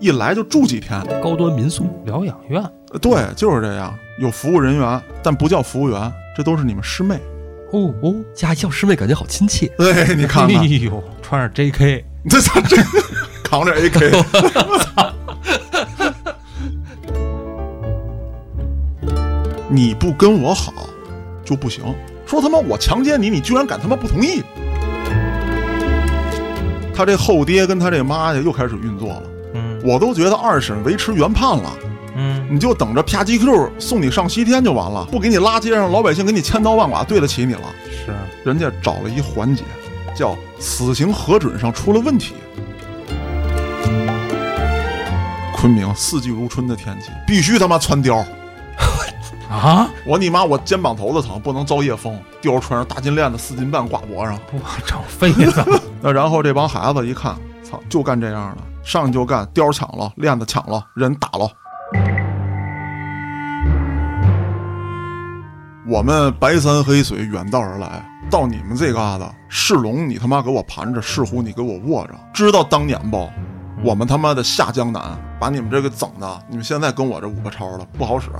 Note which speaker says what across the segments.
Speaker 1: 一来就住几天。
Speaker 2: 高端民宿，
Speaker 3: 疗养院，
Speaker 1: 呃对，就是这样，有服务人员，但不叫服务员，这都是你们师妹。
Speaker 2: 哦哦，家教师妹感觉好亲切。
Speaker 1: 对，你看
Speaker 3: 哎
Speaker 1: 看，
Speaker 3: 呦，穿着 J.K.
Speaker 1: 这操这 扛着 AK，你不跟我好就不行。说他妈我强奸你，你居然敢他妈不同意！他这后爹跟他这妈呀又开始运作了，
Speaker 3: 嗯
Speaker 1: 我都觉得二审维持原判了，
Speaker 3: 嗯，
Speaker 1: 你就等着啪叽 Q 送你上西天就完了，不给你拉街上，老百姓给你千刀万剐，对得起你了。
Speaker 3: 是，
Speaker 1: 人家找了一环节，叫死刑核准上出了问题。昆明四季如春的天气，必须他妈穿貂儿。
Speaker 3: 啊，
Speaker 1: 我你妈，我肩膀头子疼，不能遭夜风。貂儿穿上大金链子，四斤半挂脖上。
Speaker 3: 我整废了，
Speaker 1: 那然后这帮孩子一看，操，就干这样的，上去就干，貂儿抢了，链子抢了，人打了。我们白山黑水远道而来，到你们这旮瘩，是龙你他妈给我盘着，是虎你给我握着。知道当年不？我们他妈的下江南，把你们这个整的，你们现在跟我这五个超了，不好使。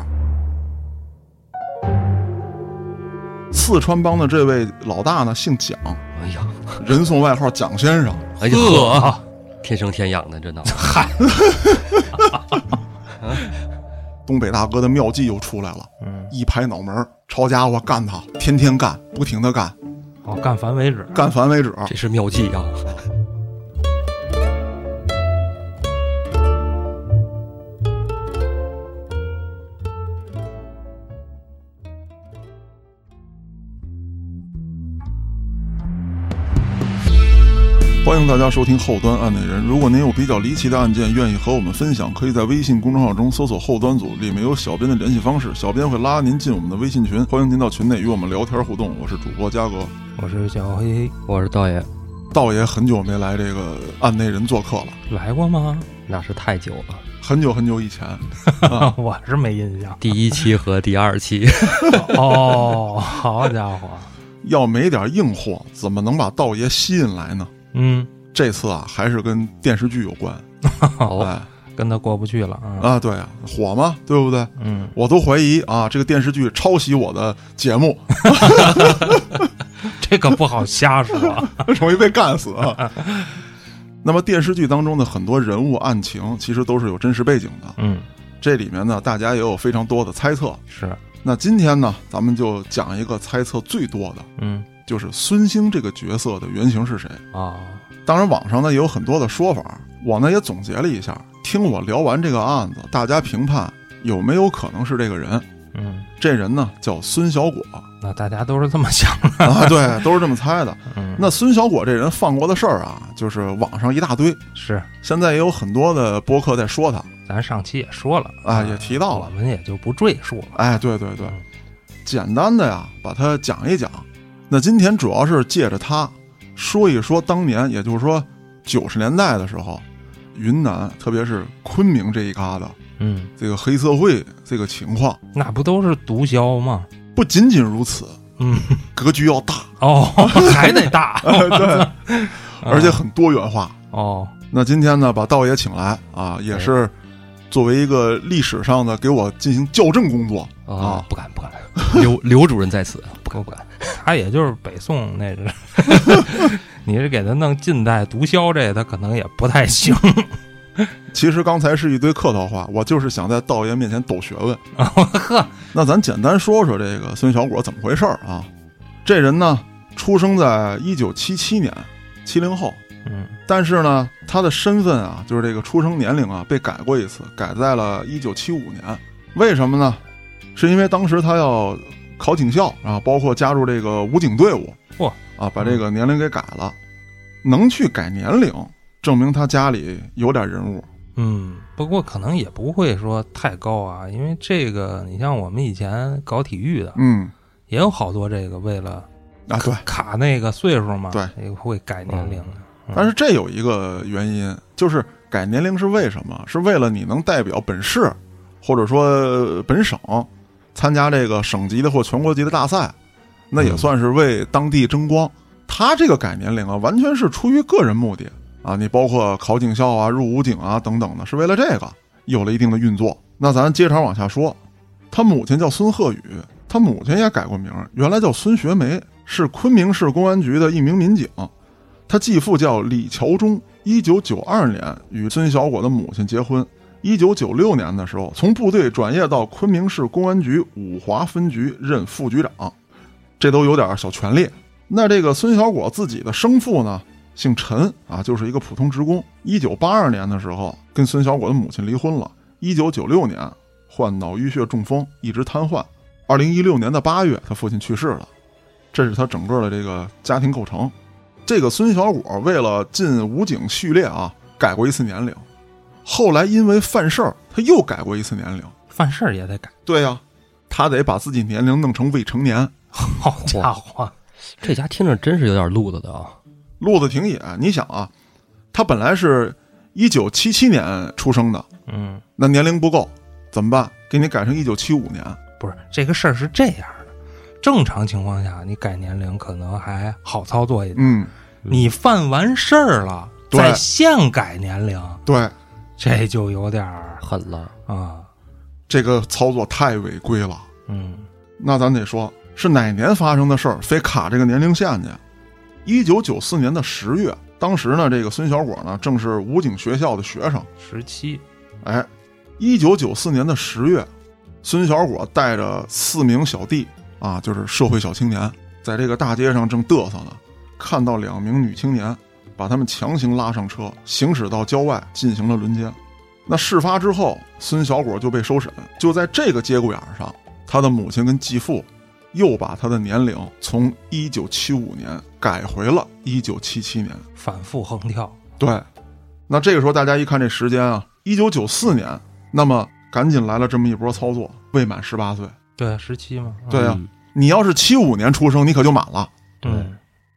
Speaker 1: 四川帮的这位老大呢，姓蒋，
Speaker 2: 哎呀，
Speaker 1: 人送外号蒋先生。
Speaker 2: 哎呀，
Speaker 3: 呵，
Speaker 2: 天生天养的，这脑子。
Speaker 1: 东北大哥的妙计又出来了，
Speaker 3: 嗯，
Speaker 1: 一拍脑门儿，抄家伙干他，天天干，不停的干，
Speaker 3: 哦，干烦为止，
Speaker 1: 干烦为止。
Speaker 2: 这是妙计啊！
Speaker 1: 欢迎大家收听《后端案内人》。如果您有比较离奇的案件，愿意和我们分享，可以在微信公众号中搜索“后端组”，里面有小编的联系方式，小编会拉您进我们的微信群，欢迎您到群内与我们聊天互动。我是主播嘉哥，
Speaker 3: 我是小黑，
Speaker 2: 我是道爷，
Speaker 1: 道爷很久没来这个案内人做客了，
Speaker 3: 来过 吗？
Speaker 2: 那是太久了。
Speaker 1: 很久很久以前，
Speaker 3: 啊我是没印象。
Speaker 2: 第一期和第二 期，
Speaker 3: 哦，好家伙，
Speaker 1: 要没点硬货，怎么能把道爷吸引来呢？
Speaker 3: 嗯，
Speaker 1: 这次啊，还是跟电视剧有 关，
Speaker 2: 哦，
Speaker 1: 哎。
Speaker 3: 嗯跟他过不去了啊，
Speaker 1: 啊，对啊，火嘛，对不对？
Speaker 3: 嗯，
Speaker 1: 我都怀疑啊，这个电视剧抄袭我的节目，
Speaker 3: 这个不好瞎 说。
Speaker 1: 容易被干死啊。 那么电视剧当中的很多人物案情，其实都是有真实背景的。
Speaker 3: 嗯，
Speaker 1: 这里面呢，大家也有非常多的猜测。
Speaker 3: 是，
Speaker 1: 那今天呢，咱们就讲一个猜测最多的，
Speaker 3: 嗯
Speaker 1: 就是孙兴这个角色的原型是谁。
Speaker 3: 啊，
Speaker 1: 当然，网上呢也有很多的说法，我呢也总结了一下。听我聊完这个案子，大家评判有没有可能是这个人。
Speaker 3: 嗯，
Speaker 1: 这人呢叫孙小果，
Speaker 3: 那大家都是这么想的。
Speaker 1: 啊，对，都是这么猜的。
Speaker 3: 嗯，
Speaker 1: 那孙小果这人犯过的事儿啊，就是网上一大堆，
Speaker 3: 是，
Speaker 1: 现在也有很多的播客在说他
Speaker 3: 咱上期也说了
Speaker 1: 啊，也提到
Speaker 3: 我
Speaker 1: 了。
Speaker 3: 们也就不赘述了。
Speaker 1: 哎，对对对，简单的呀，把它讲一讲。那今天主要是借着他说一说当年，也就是说九十年代的时候，云南特别是昆明这一旮瘩
Speaker 3: 嗯，
Speaker 1: 这个黑社会这个情况。
Speaker 3: 那不都是毒枭吗？
Speaker 1: 不仅仅如此，
Speaker 3: 嗯，
Speaker 1: 格局要大，
Speaker 3: 哦， 还得大
Speaker 1: 对，而且很多元化。
Speaker 3: 嗯哦，
Speaker 1: 那今天呢，把道爷请来啊，也是作为一个历史上的给我进行校正工作
Speaker 2: 啊
Speaker 3: 哦
Speaker 1: 啊，，
Speaker 2: 不敢不敢，刘 刘主任在此，不敢不敢。
Speaker 3: 他也就是北宋那阵儿， 你是给他弄近代毒枭这，他可能也不太行。
Speaker 1: 其实刚才是一堆客套话，我就是想在道爷面前抖学 问。
Speaker 3: 呵，
Speaker 1: 那咱简单说说这个孙小果怎么回事儿啊？这人呢，出生在一九七七年，七零后，
Speaker 3: 嗯
Speaker 1: 但是呢，他的身份啊，就是这个出生年龄啊，被改过一次，改在了一九七五年。为什么呢？是因为当时他要考警校啊，包括加入这个武警队伍，
Speaker 3: 嚯
Speaker 1: 啊，把这个年龄给改了。能去改年龄，证明他家里有点人物。
Speaker 3: 嗯，不过可能也不会说太高啊，因为这个，你像我们以前搞体育的，
Speaker 1: 嗯，
Speaker 3: 也有好多这个为了
Speaker 1: 啊对。
Speaker 3: 卡那个岁数嘛，
Speaker 1: 对，
Speaker 3: 也会改年龄的。嗯
Speaker 1: 但是这有一个原因，就是改年龄是为什么？是为了你能代表本市，或者说呃本省，参加这个省级的或全国级的大赛，那也算是为当地争光。他这个改年龄啊，完全是出于个人目的，啊，你包括考警校啊、入伍警啊等等的，是为了这个有了一定的运作。那咱接着往下说，他母亲叫孙鹤宇，他母亲也改过名儿，原来叫孙学梅，是昆明市公安局的一名民警。他继父叫李乔忠，一九九二年与孙小果的母亲结婚。一九九六年的时候，从部队转业到昆明市公安局五华分局任副局长，这都有点小权力。那这个孙小果自己的生父呢，姓陈啊，就是一个普通职工。一九八二年的时候，跟孙小果的母亲离婚了。一九九六年患脑淤血中风，一直瘫痪。二零一六年的八月，他父亲去世了。这是他整个的这个家庭构成。这个孙小果为了进武警序列啊，改过一次年龄。后来因为犯事儿，他又改过一次年龄。
Speaker 3: 犯事儿也得改。
Speaker 1: 对呀、他得把自己年龄弄成未成年。
Speaker 3: 好家伙，
Speaker 2: 这家听着真是有点路子的啊！
Speaker 1: 路子挺野。你想啊，他本来是一九七七年出生的，
Speaker 3: 嗯，
Speaker 1: 那年龄不够，怎么办？给你改成一九七五年。
Speaker 3: 不是这个事儿是这样的，正常情况下你改年龄可能还好操作一点，
Speaker 1: 嗯，
Speaker 3: 你犯完事儿了
Speaker 1: 对
Speaker 3: 再现改年龄，
Speaker 1: 对，
Speaker 3: 这就有点儿
Speaker 2: 狠了，
Speaker 3: 啊，
Speaker 1: 这个操作太违规了。
Speaker 3: 嗯，
Speaker 1: 那咱得说是哪年发生的事儿，非卡这个年龄线去。一九九四年的十月，当时呢，这个孙小果呢正是武警学校的学生。
Speaker 3: 十七，
Speaker 1: 哎，一九九四年的十月，孙小果带着四名小弟啊，就是社会小青年，在这个大街上正嘚瑟呢，看到两名女青年，把他们强行拉上车，行驶到郊外进行了轮奸。那事发之后，孙小果就被收审。就在这个节骨眼儿上，他的母亲跟继父又把他的年龄从一九七五年改回了一九七七年。
Speaker 3: 反复横跳，
Speaker 1: 对，那这个时候大家一看这时间啊，一九九四年，那么赶紧来了这么一波操作，未满十八岁。
Speaker 3: 对，十七嘛，啊
Speaker 1: 对呀、
Speaker 2: 嗯
Speaker 1: 你要是七五年出生，你可就满了。
Speaker 3: 嗯，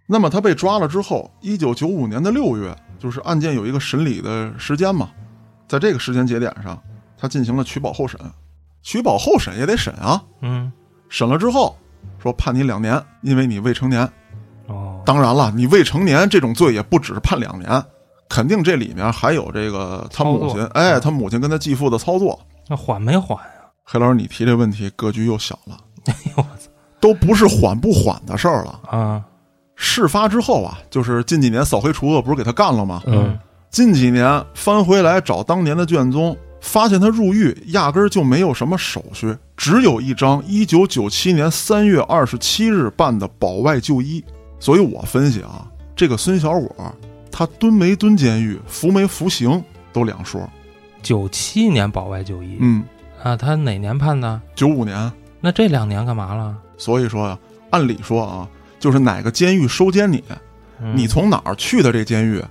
Speaker 1: 那么他被抓了之后，一九九五年的六月，就是案件有一个审理的时间嘛，在这个时间节点上，他进行了取保候审，取保候审也得审啊，
Speaker 3: 嗯，
Speaker 1: 审了之后说判你两年，因为你未成年。
Speaker 3: 哦，
Speaker 1: 当然了，你未成年这种罪也不只是判两年，肯定这里面还有这个他母亲
Speaker 3: 操，作
Speaker 1: 哎，他母亲跟他继父的操作。
Speaker 3: 那缓没缓呀？
Speaker 1: 黑老师，你提这问题格局又小了，
Speaker 3: 哎呦我操
Speaker 1: 都不是缓不缓的事儿了。
Speaker 3: 啊，
Speaker 1: 事发之后啊，就是近几年扫黑除恶不是给他干了吗？
Speaker 2: 嗯，
Speaker 1: 近几年翻回来找当年的卷宗，发现他入狱压根儿就没有什么手续，只有一张一九九七年三月二十七日办的保外就医。所以我分析啊，这个孙小果他蹲没蹲监狱，服没服刑都两说。
Speaker 3: 九七年保外就医
Speaker 1: 嗯，
Speaker 3: 啊，他哪年判的？
Speaker 1: 九五年，
Speaker 3: 那这两年干嘛了？
Speaker 1: 所以说呀、按理说啊，就是哪个监狱收监你，
Speaker 3: 嗯
Speaker 1: 你从哪儿去的这监狱，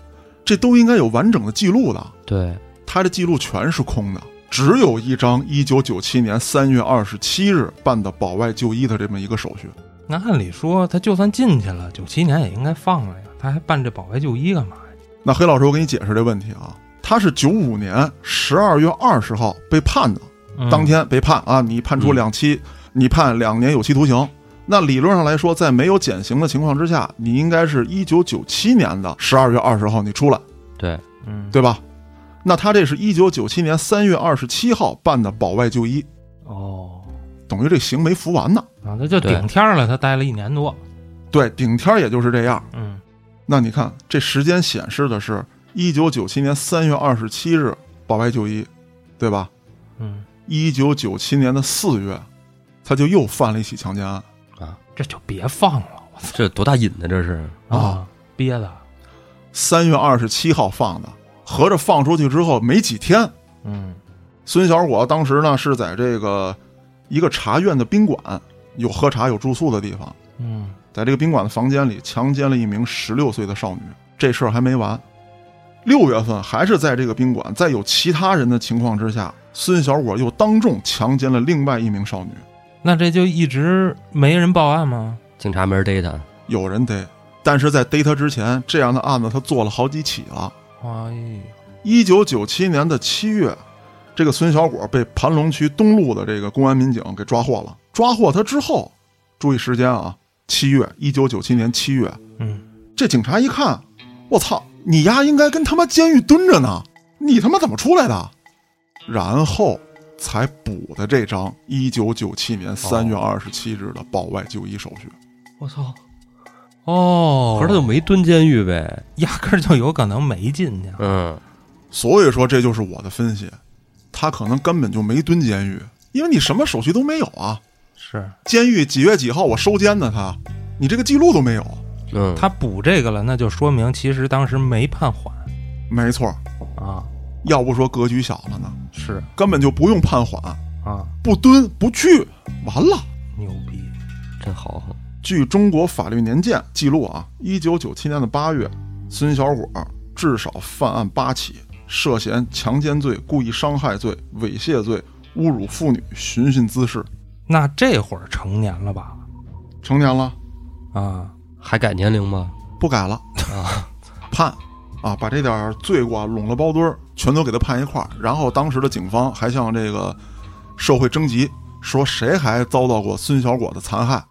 Speaker 1: 这都应该有完整的记录的。
Speaker 2: 对，
Speaker 1: 他的记录全是空的，只有一张一九九七年三月二十七日办的保外就医的这么一个手续。
Speaker 3: 那按理说，他就算进去了，九七年也应该放了呀，他还办这保外就医干嘛呀？
Speaker 1: 那黑老师，我给你解释这问题啊，他是九五年十二月二十号被判的，
Speaker 3: 嗯
Speaker 1: 当天被判啊，你判处两期，你判两年有期徒刑。那理论上来说，在没有减刑的情况之下，你应该是一九九七年的十二月二十号你出来，
Speaker 2: 对，
Speaker 3: 嗯，
Speaker 1: 对吧？那他这是一九九七年三月二十七号办的保外就医，
Speaker 3: 哦，
Speaker 1: 等于这刑没服完呢。
Speaker 3: 啊，他就顶天儿了，他待了一年多，
Speaker 1: 对，顶天儿也就是这样。
Speaker 3: 嗯
Speaker 1: 那你看，这时间显示的是一九九七年三月二十七日保外就医，对吧？
Speaker 3: 嗯，
Speaker 1: 一九九七年的四月，他就又犯了一起强奸案。
Speaker 3: 这就别放了，我
Speaker 2: 这多大瘾呢？这是，
Speaker 3: 操
Speaker 1: 啊，
Speaker 3: 憋的，
Speaker 1: 三月二十七号放的，合着放出去之后没几天，
Speaker 3: 嗯
Speaker 1: 孙小果当时呢是在这个一个茶院的宾馆，有喝茶有住宿的地方，
Speaker 3: 嗯，
Speaker 1: 在这个宾馆的房间里强奸了一名十六岁的少女。这事儿还没完，六月份还是在这个宾馆，在有其他人的情况之下，孙小果又当众强奸了另外一名少女。
Speaker 3: 那这就一直没人报案吗？
Speaker 2: 警察没人逮他，
Speaker 1: 有人逮，但是在逮他之前，这样的案子他做了好几起了。
Speaker 3: 哎，
Speaker 1: 一九九七年的七月，这个孙小果被盘龙区东路的这个公安民警给抓获了。抓获他之后，注意时间啊，七月，一九九七年七月，
Speaker 3: 嗯
Speaker 1: 这警察一看，我操，你丫应该跟他妈监狱蹲着呢，你他妈怎么出来的？”然后才补的这张一九九七年三月二十七日的保外就医手续。
Speaker 2: 我操！
Speaker 3: 哦
Speaker 2: 可是他就没蹲监狱呗？
Speaker 3: 压根儿就有可能没进去。
Speaker 2: 嗯，
Speaker 1: 所以说，这就是我的分析，他可能根本就没蹲监狱，因为你什么手续都没有啊。
Speaker 3: 是
Speaker 1: 监狱几月几号我收监的他，你这个记录都没有。
Speaker 2: 嗯，
Speaker 3: 他补这个了，那就说明其实当时没判缓
Speaker 1: 没错，
Speaker 3: 啊。
Speaker 1: 要不说格局小了呢，
Speaker 3: 是
Speaker 1: 根本就不用判缓，
Speaker 3: 啊，
Speaker 1: 不蹲不去，完了。
Speaker 3: 牛逼！
Speaker 2: 真豪横。
Speaker 1: 据中国法律年鉴记录啊，一九九七年的八月，孙小果至少犯案八起，涉嫌强奸罪、故意伤害罪、猥亵罪、侮辱妇女、寻衅滋事。
Speaker 3: 那这会儿成年了吧？
Speaker 1: 成年了，
Speaker 3: 啊，
Speaker 2: 还改年龄吗？
Speaker 1: 不改了
Speaker 2: 啊，
Speaker 1: 判啊，把这点儿罪过啊拢了包堆儿，全都给他判一块儿。然后当时的警方还向这个社会征集，说谁还遭到过孙小果的残害。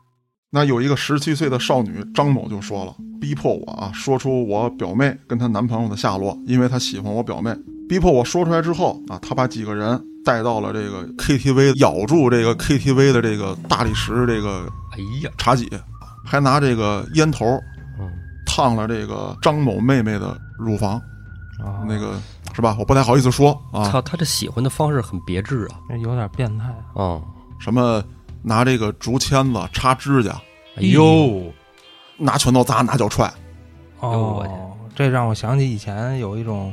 Speaker 1: 那有一个十七岁的少女张某就说了，逼迫我啊说出我表妹跟她男朋友的下落，因为她喜欢我表妹。逼迫我说出来之后啊，她把几个人带到了这个 KTV，咬住这个 KTV 的这个大理石这个
Speaker 2: 哎呀，
Speaker 1: 茶几，还拿这个烟头
Speaker 2: 嗯，
Speaker 1: 烫了这个张某妹妹的乳房，
Speaker 3: 啊
Speaker 1: 那个是吧？我不太好意思说啊，
Speaker 2: 操，他这喜欢的方式很别致啊。
Speaker 3: 这有点变态。
Speaker 2: 嗯，
Speaker 1: 什么拿这个竹签子插指甲，
Speaker 2: 哎，
Speaker 1: 拿拳头砸，拿脚踹，
Speaker 2: 呦我去
Speaker 3: 哦，这让我想起以前有一种，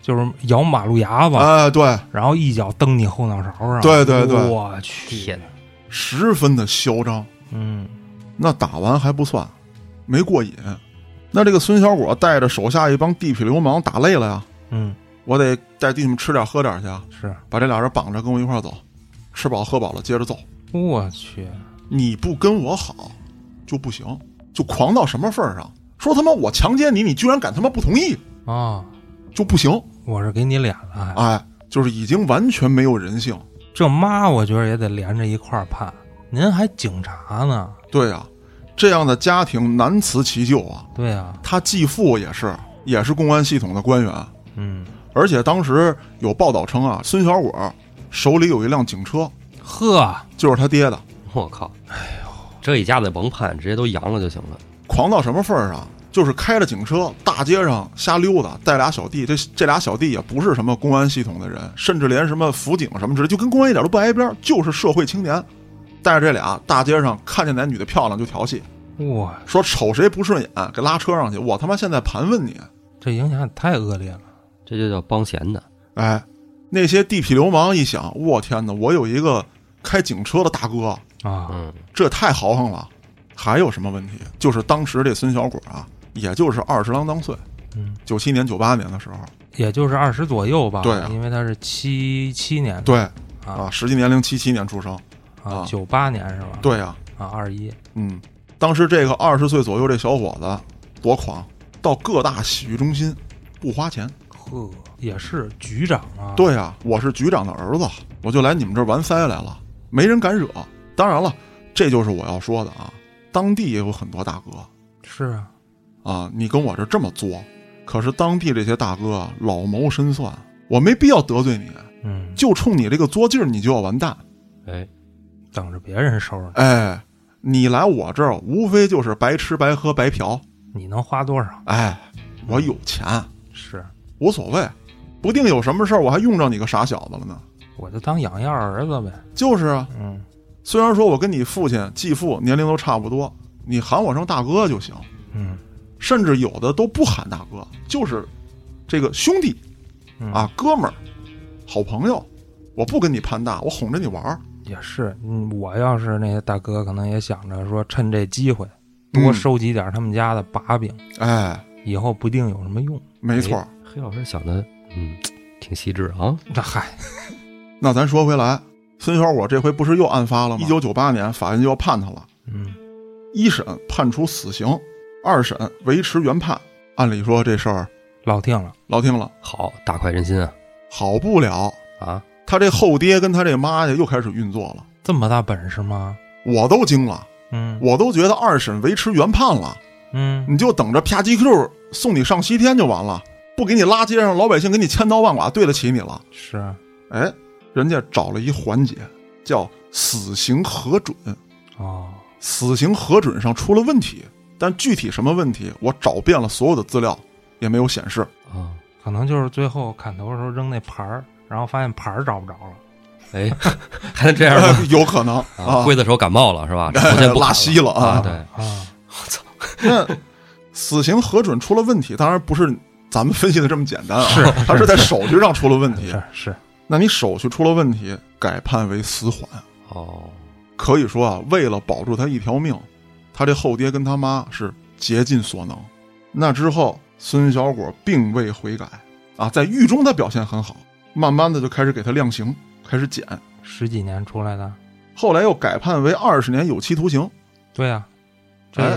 Speaker 3: 就是咬马路牙子，
Speaker 1: 哎，对，
Speaker 3: 然后一脚蹬你后脑勺上。
Speaker 1: 对对对
Speaker 3: 我去
Speaker 2: 天，哪，
Speaker 1: 十分的嚣张。
Speaker 3: 嗯，
Speaker 1: 那打完还不算，没过瘾。那这个孙小果带着手下一帮地痞流氓打累了呀，
Speaker 3: 嗯，
Speaker 1: 我得带弟兄们吃点喝点去啊，
Speaker 3: 是
Speaker 1: 把这俩人绑着跟我一块儿走，吃饱喝饱了接着揍。
Speaker 3: 我去，
Speaker 1: 你不跟我好就不行，就狂到什么份儿上？说他妈我强奸你，你居然敢他妈不同意
Speaker 3: 啊，
Speaker 1: 就不行！
Speaker 3: 我是给你脸了，还
Speaker 1: 哎，就是已经完全没有人性。
Speaker 3: 这妈我觉得也得连着一块儿判。您还警察呢？
Speaker 1: 对呀、这样的家庭难辞其咎啊！
Speaker 3: 对啊，
Speaker 1: 他继父也是，也是公安系统的官员，
Speaker 3: 嗯，
Speaker 1: 而且当时有报道称啊，孙小果手里有一辆警车，
Speaker 3: 呵，
Speaker 1: 就是他爹的。
Speaker 2: 我靠！哎呦，这一家子甭判，直接都扬了就行了。
Speaker 1: 狂到什么份儿上？就是开着警车，大街上瞎溜达，带俩小弟。这这俩小弟也不是什么公安系统的人，甚至连什么辅警什么之类，就跟公安一点都不挨边儿，就是社会青年。带着这俩大街上看见哪女的漂亮就调戏，
Speaker 3: 哇，
Speaker 1: 说瞅谁不顺眼给拉车上去。我他妈现在盘问你，
Speaker 3: 这影响也太恶劣了。
Speaker 2: 这就叫帮闲的。
Speaker 1: 哎，那些地痞流氓一想，我天哪，我有一个开警车的大哥，
Speaker 3: 啊，
Speaker 2: 嗯，
Speaker 1: 这太豪横了。还有什么问题？就是当时这孙小果啊，也就是二十郎当岁，
Speaker 3: 嗯，
Speaker 1: 九七年、九八年的时候，
Speaker 3: 也就是二十左右吧，
Speaker 1: 对啊
Speaker 3: 因为他是七七年的
Speaker 1: 对
Speaker 3: 啊
Speaker 1: 啊，实际年龄七七年出生，啊
Speaker 3: 啊，九八年是吧？
Speaker 1: 对呀、
Speaker 3: 啊，二一，
Speaker 1: 嗯，当时这个二十岁左右这小伙子多狂，到各大洗浴中心不花钱，
Speaker 3: 呵，也是局长啊，，
Speaker 1: 对呀、我是局长的儿子，我就来你们这儿玩塞来了，没人敢惹。当然了，这就是我要说的啊，当地也有很多大哥
Speaker 3: 是啊，
Speaker 1: 啊，你跟我这这么作，可是当地这些大哥啊老谋深算，我没必要得罪你，
Speaker 3: 嗯，
Speaker 1: 就冲你这个作劲儿，你就要完蛋。
Speaker 2: 哎，
Speaker 3: 等着别人收拾你，
Speaker 1: 哎，你来我这儿无非就是白吃白喝白嫖。
Speaker 3: 你能花多少？
Speaker 1: 哎，我有钱，
Speaker 3: 是，
Speaker 1: 无所谓，不定有什么事儿我还用着你个傻小子了呢。
Speaker 3: 我就当养一二儿子呗，
Speaker 1: 就是啊，
Speaker 3: 嗯
Speaker 1: 虽然说我跟你父亲、继父年龄都差不多，你喊我声大哥就行，
Speaker 3: 嗯
Speaker 1: 甚至有的都不喊大哥，就是这个兄弟
Speaker 3: 嗯，
Speaker 1: 啊、哥们儿、好朋友，我不跟你攀大，我哄着你玩儿。
Speaker 3: 也是，嗯，我要是那些大哥，可能也想着说趁这机会多
Speaker 1: 嗯
Speaker 3: 收集点他们家的把柄，
Speaker 1: 哎，
Speaker 3: 以后不定有什么用。
Speaker 1: 没错儿。
Speaker 2: 黑老师想的，嗯，挺细致啊。
Speaker 3: 这嗨，
Speaker 1: 那咱说回来，孙小果这回不是又案发了吗？一九九八年，法院就要判他了。
Speaker 3: 嗯，
Speaker 1: 一审判处死刑，二审维持原判。按理说这事儿
Speaker 3: 落定了，
Speaker 1: 老听了，
Speaker 2: 好，大快人心啊
Speaker 1: 好不了。
Speaker 2: 啊！
Speaker 1: 他这后爹跟他这妈呀又开始运作了，
Speaker 3: 这么大本事吗？
Speaker 1: 我都惊了，
Speaker 3: 嗯
Speaker 1: 我都觉得二审维持原判了，
Speaker 3: 嗯
Speaker 1: 你就等着啪 GQ 送你上西天就完了，不给你拉街上，老百姓给你千刀万剐，对得起你了。
Speaker 3: 是，
Speaker 1: 哎，人家找了一环节叫死刑核准，
Speaker 3: 哦，
Speaker 1: 死刑核准上出了问题，但具体什么问题，我找遍了所有的资料也没有显示。
Speaker 2: 啊，
Speaker 3: 可能就是最后砍头的时候扔那牌儿，然后发现牌儿找不着了。
Speaker 2: 哎， 还能这样吗？
Speaker 1: 呃有可能
Speaker 2: 哎 啊，
Speaker 1: 啊，
Speaker 2: 刽子手感冒了是吧？
Speaker 1: 哎
Speaker 2: 昨天 不
Speaker 1: 拉
Speaker 2: 砍
Speaker 1: 稀了
Speaker 2: 啊，
Speaker 1: 啊。
Speaker 2: 对，
Speaker 3: 啊，
Speaker 1: 那死刑核准出了问题，当然不是咱们分析的这么简单啊，
Speaker 3: 是
Speaker 1: 它是在手续上出了问题。
Speaker 3: 是是，
Speaker 1: 那你手续出了问题，改判为死缓。
Speaker 2: 哦，
Speaker 1: 可以说啊，为了保住他一条命，他这后爹跟他妈是竭尽所能。那之后，孙小果并未悔改啊，在狱中他表现很好，慢慢的就开始给他量刑，开始减，
Speaker 3: 十几年出来的，
Speaker 1: 后来又改判为二十年有期徒刑。
Speaker 3: 对呀、
Speaker 1: 哎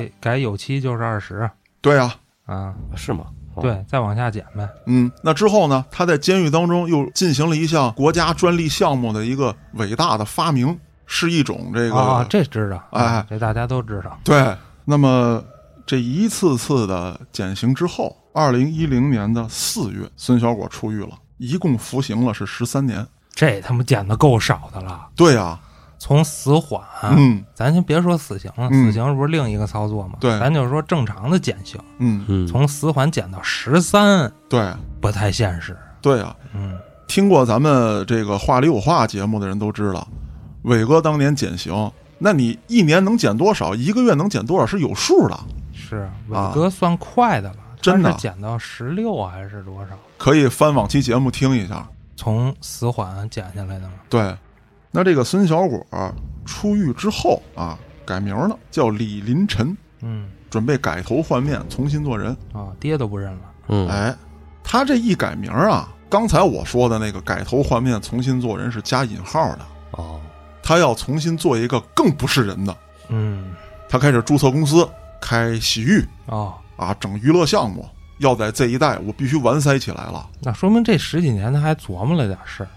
Speaker 3: 这改有期就是二十
Speaker 1: 对啊，
Speaker 3: 啊，
Speaker 2: 是吗？哦，
Speaker 3: 对，再往下减呗。
Speaker 1: 嗯，那之后呢，他在监狱当中又进行了一项国家专利项目的一个伟大的发明，是一种这个
Speaker 3: 啊，这知道，
Speaker 1: 哎
Speaker 3: 这大家都知道。
Speaker 1: 对，那么这一次次的减刑之后，二零一零年的四月，孙小果出狱了，一共服刑了是十三年。
Speaker 3: 这他妈减的够少的了，
Speaker 1: 对呀、
Speaker 3: 从死缓，
Speaker 1: 嗯
Speaker 3: 咱先别说死刑了，
Speaker 1: 嗯
Speaker 3: 死刑不是另一个操作嘛？
Speaker 1: 对
Speaker 3: 咱就说正常的减刑，
Speaker 1: 嗯，
Speaker 2: 嗯，
Speaker 3: 从死缓减到十三，
Speaker 1: 对
Speaker 3: 不太现实。
Speaker 1: 对呀、
Speaker 3: 嗯，
Speaker 1: 听过咱们这个“话里有话”节目的人都知道，伟哥当年减刑，那你一年能减多少，一个月能减多少是有数的，
Speaker 3: 是伟
Speaker 1: 啊
Speaker 3: 哥算快的了，
Speaker 1: 真的
Speaker 3: 他是减到十六还是多少？
Speaker 1: 可以翻往期节目听一下。
Speaker 3: 从死缓减下来的嘛？
Speaker 1: 对，那这个孙小果出狱之后啊，改名了，叫李林晨，
Speaker 3: 嗯，
Speaker 1: 准备改头换面，重新做人。
Speaker 3: 啊，爹都不认了。
Speaker 2: 嗯，
Speaker 1: 哎，他这一改名儿啊，刚才我说的那个改头换面、重新做人是加引号的，
Speaker 2: 哦，
Speaker 1: 他要重新做一个更不是人的。
Speaker 3: 嗯，
Speaker 1: 他开始注册公司，开洗浴
Speaker 3: 哦，
Speaker 1: 啊，整娱乐项目，要在这一代我必须完塞起来了。
Speaker 3: 那说明这十几年他还琢磨了点事儿，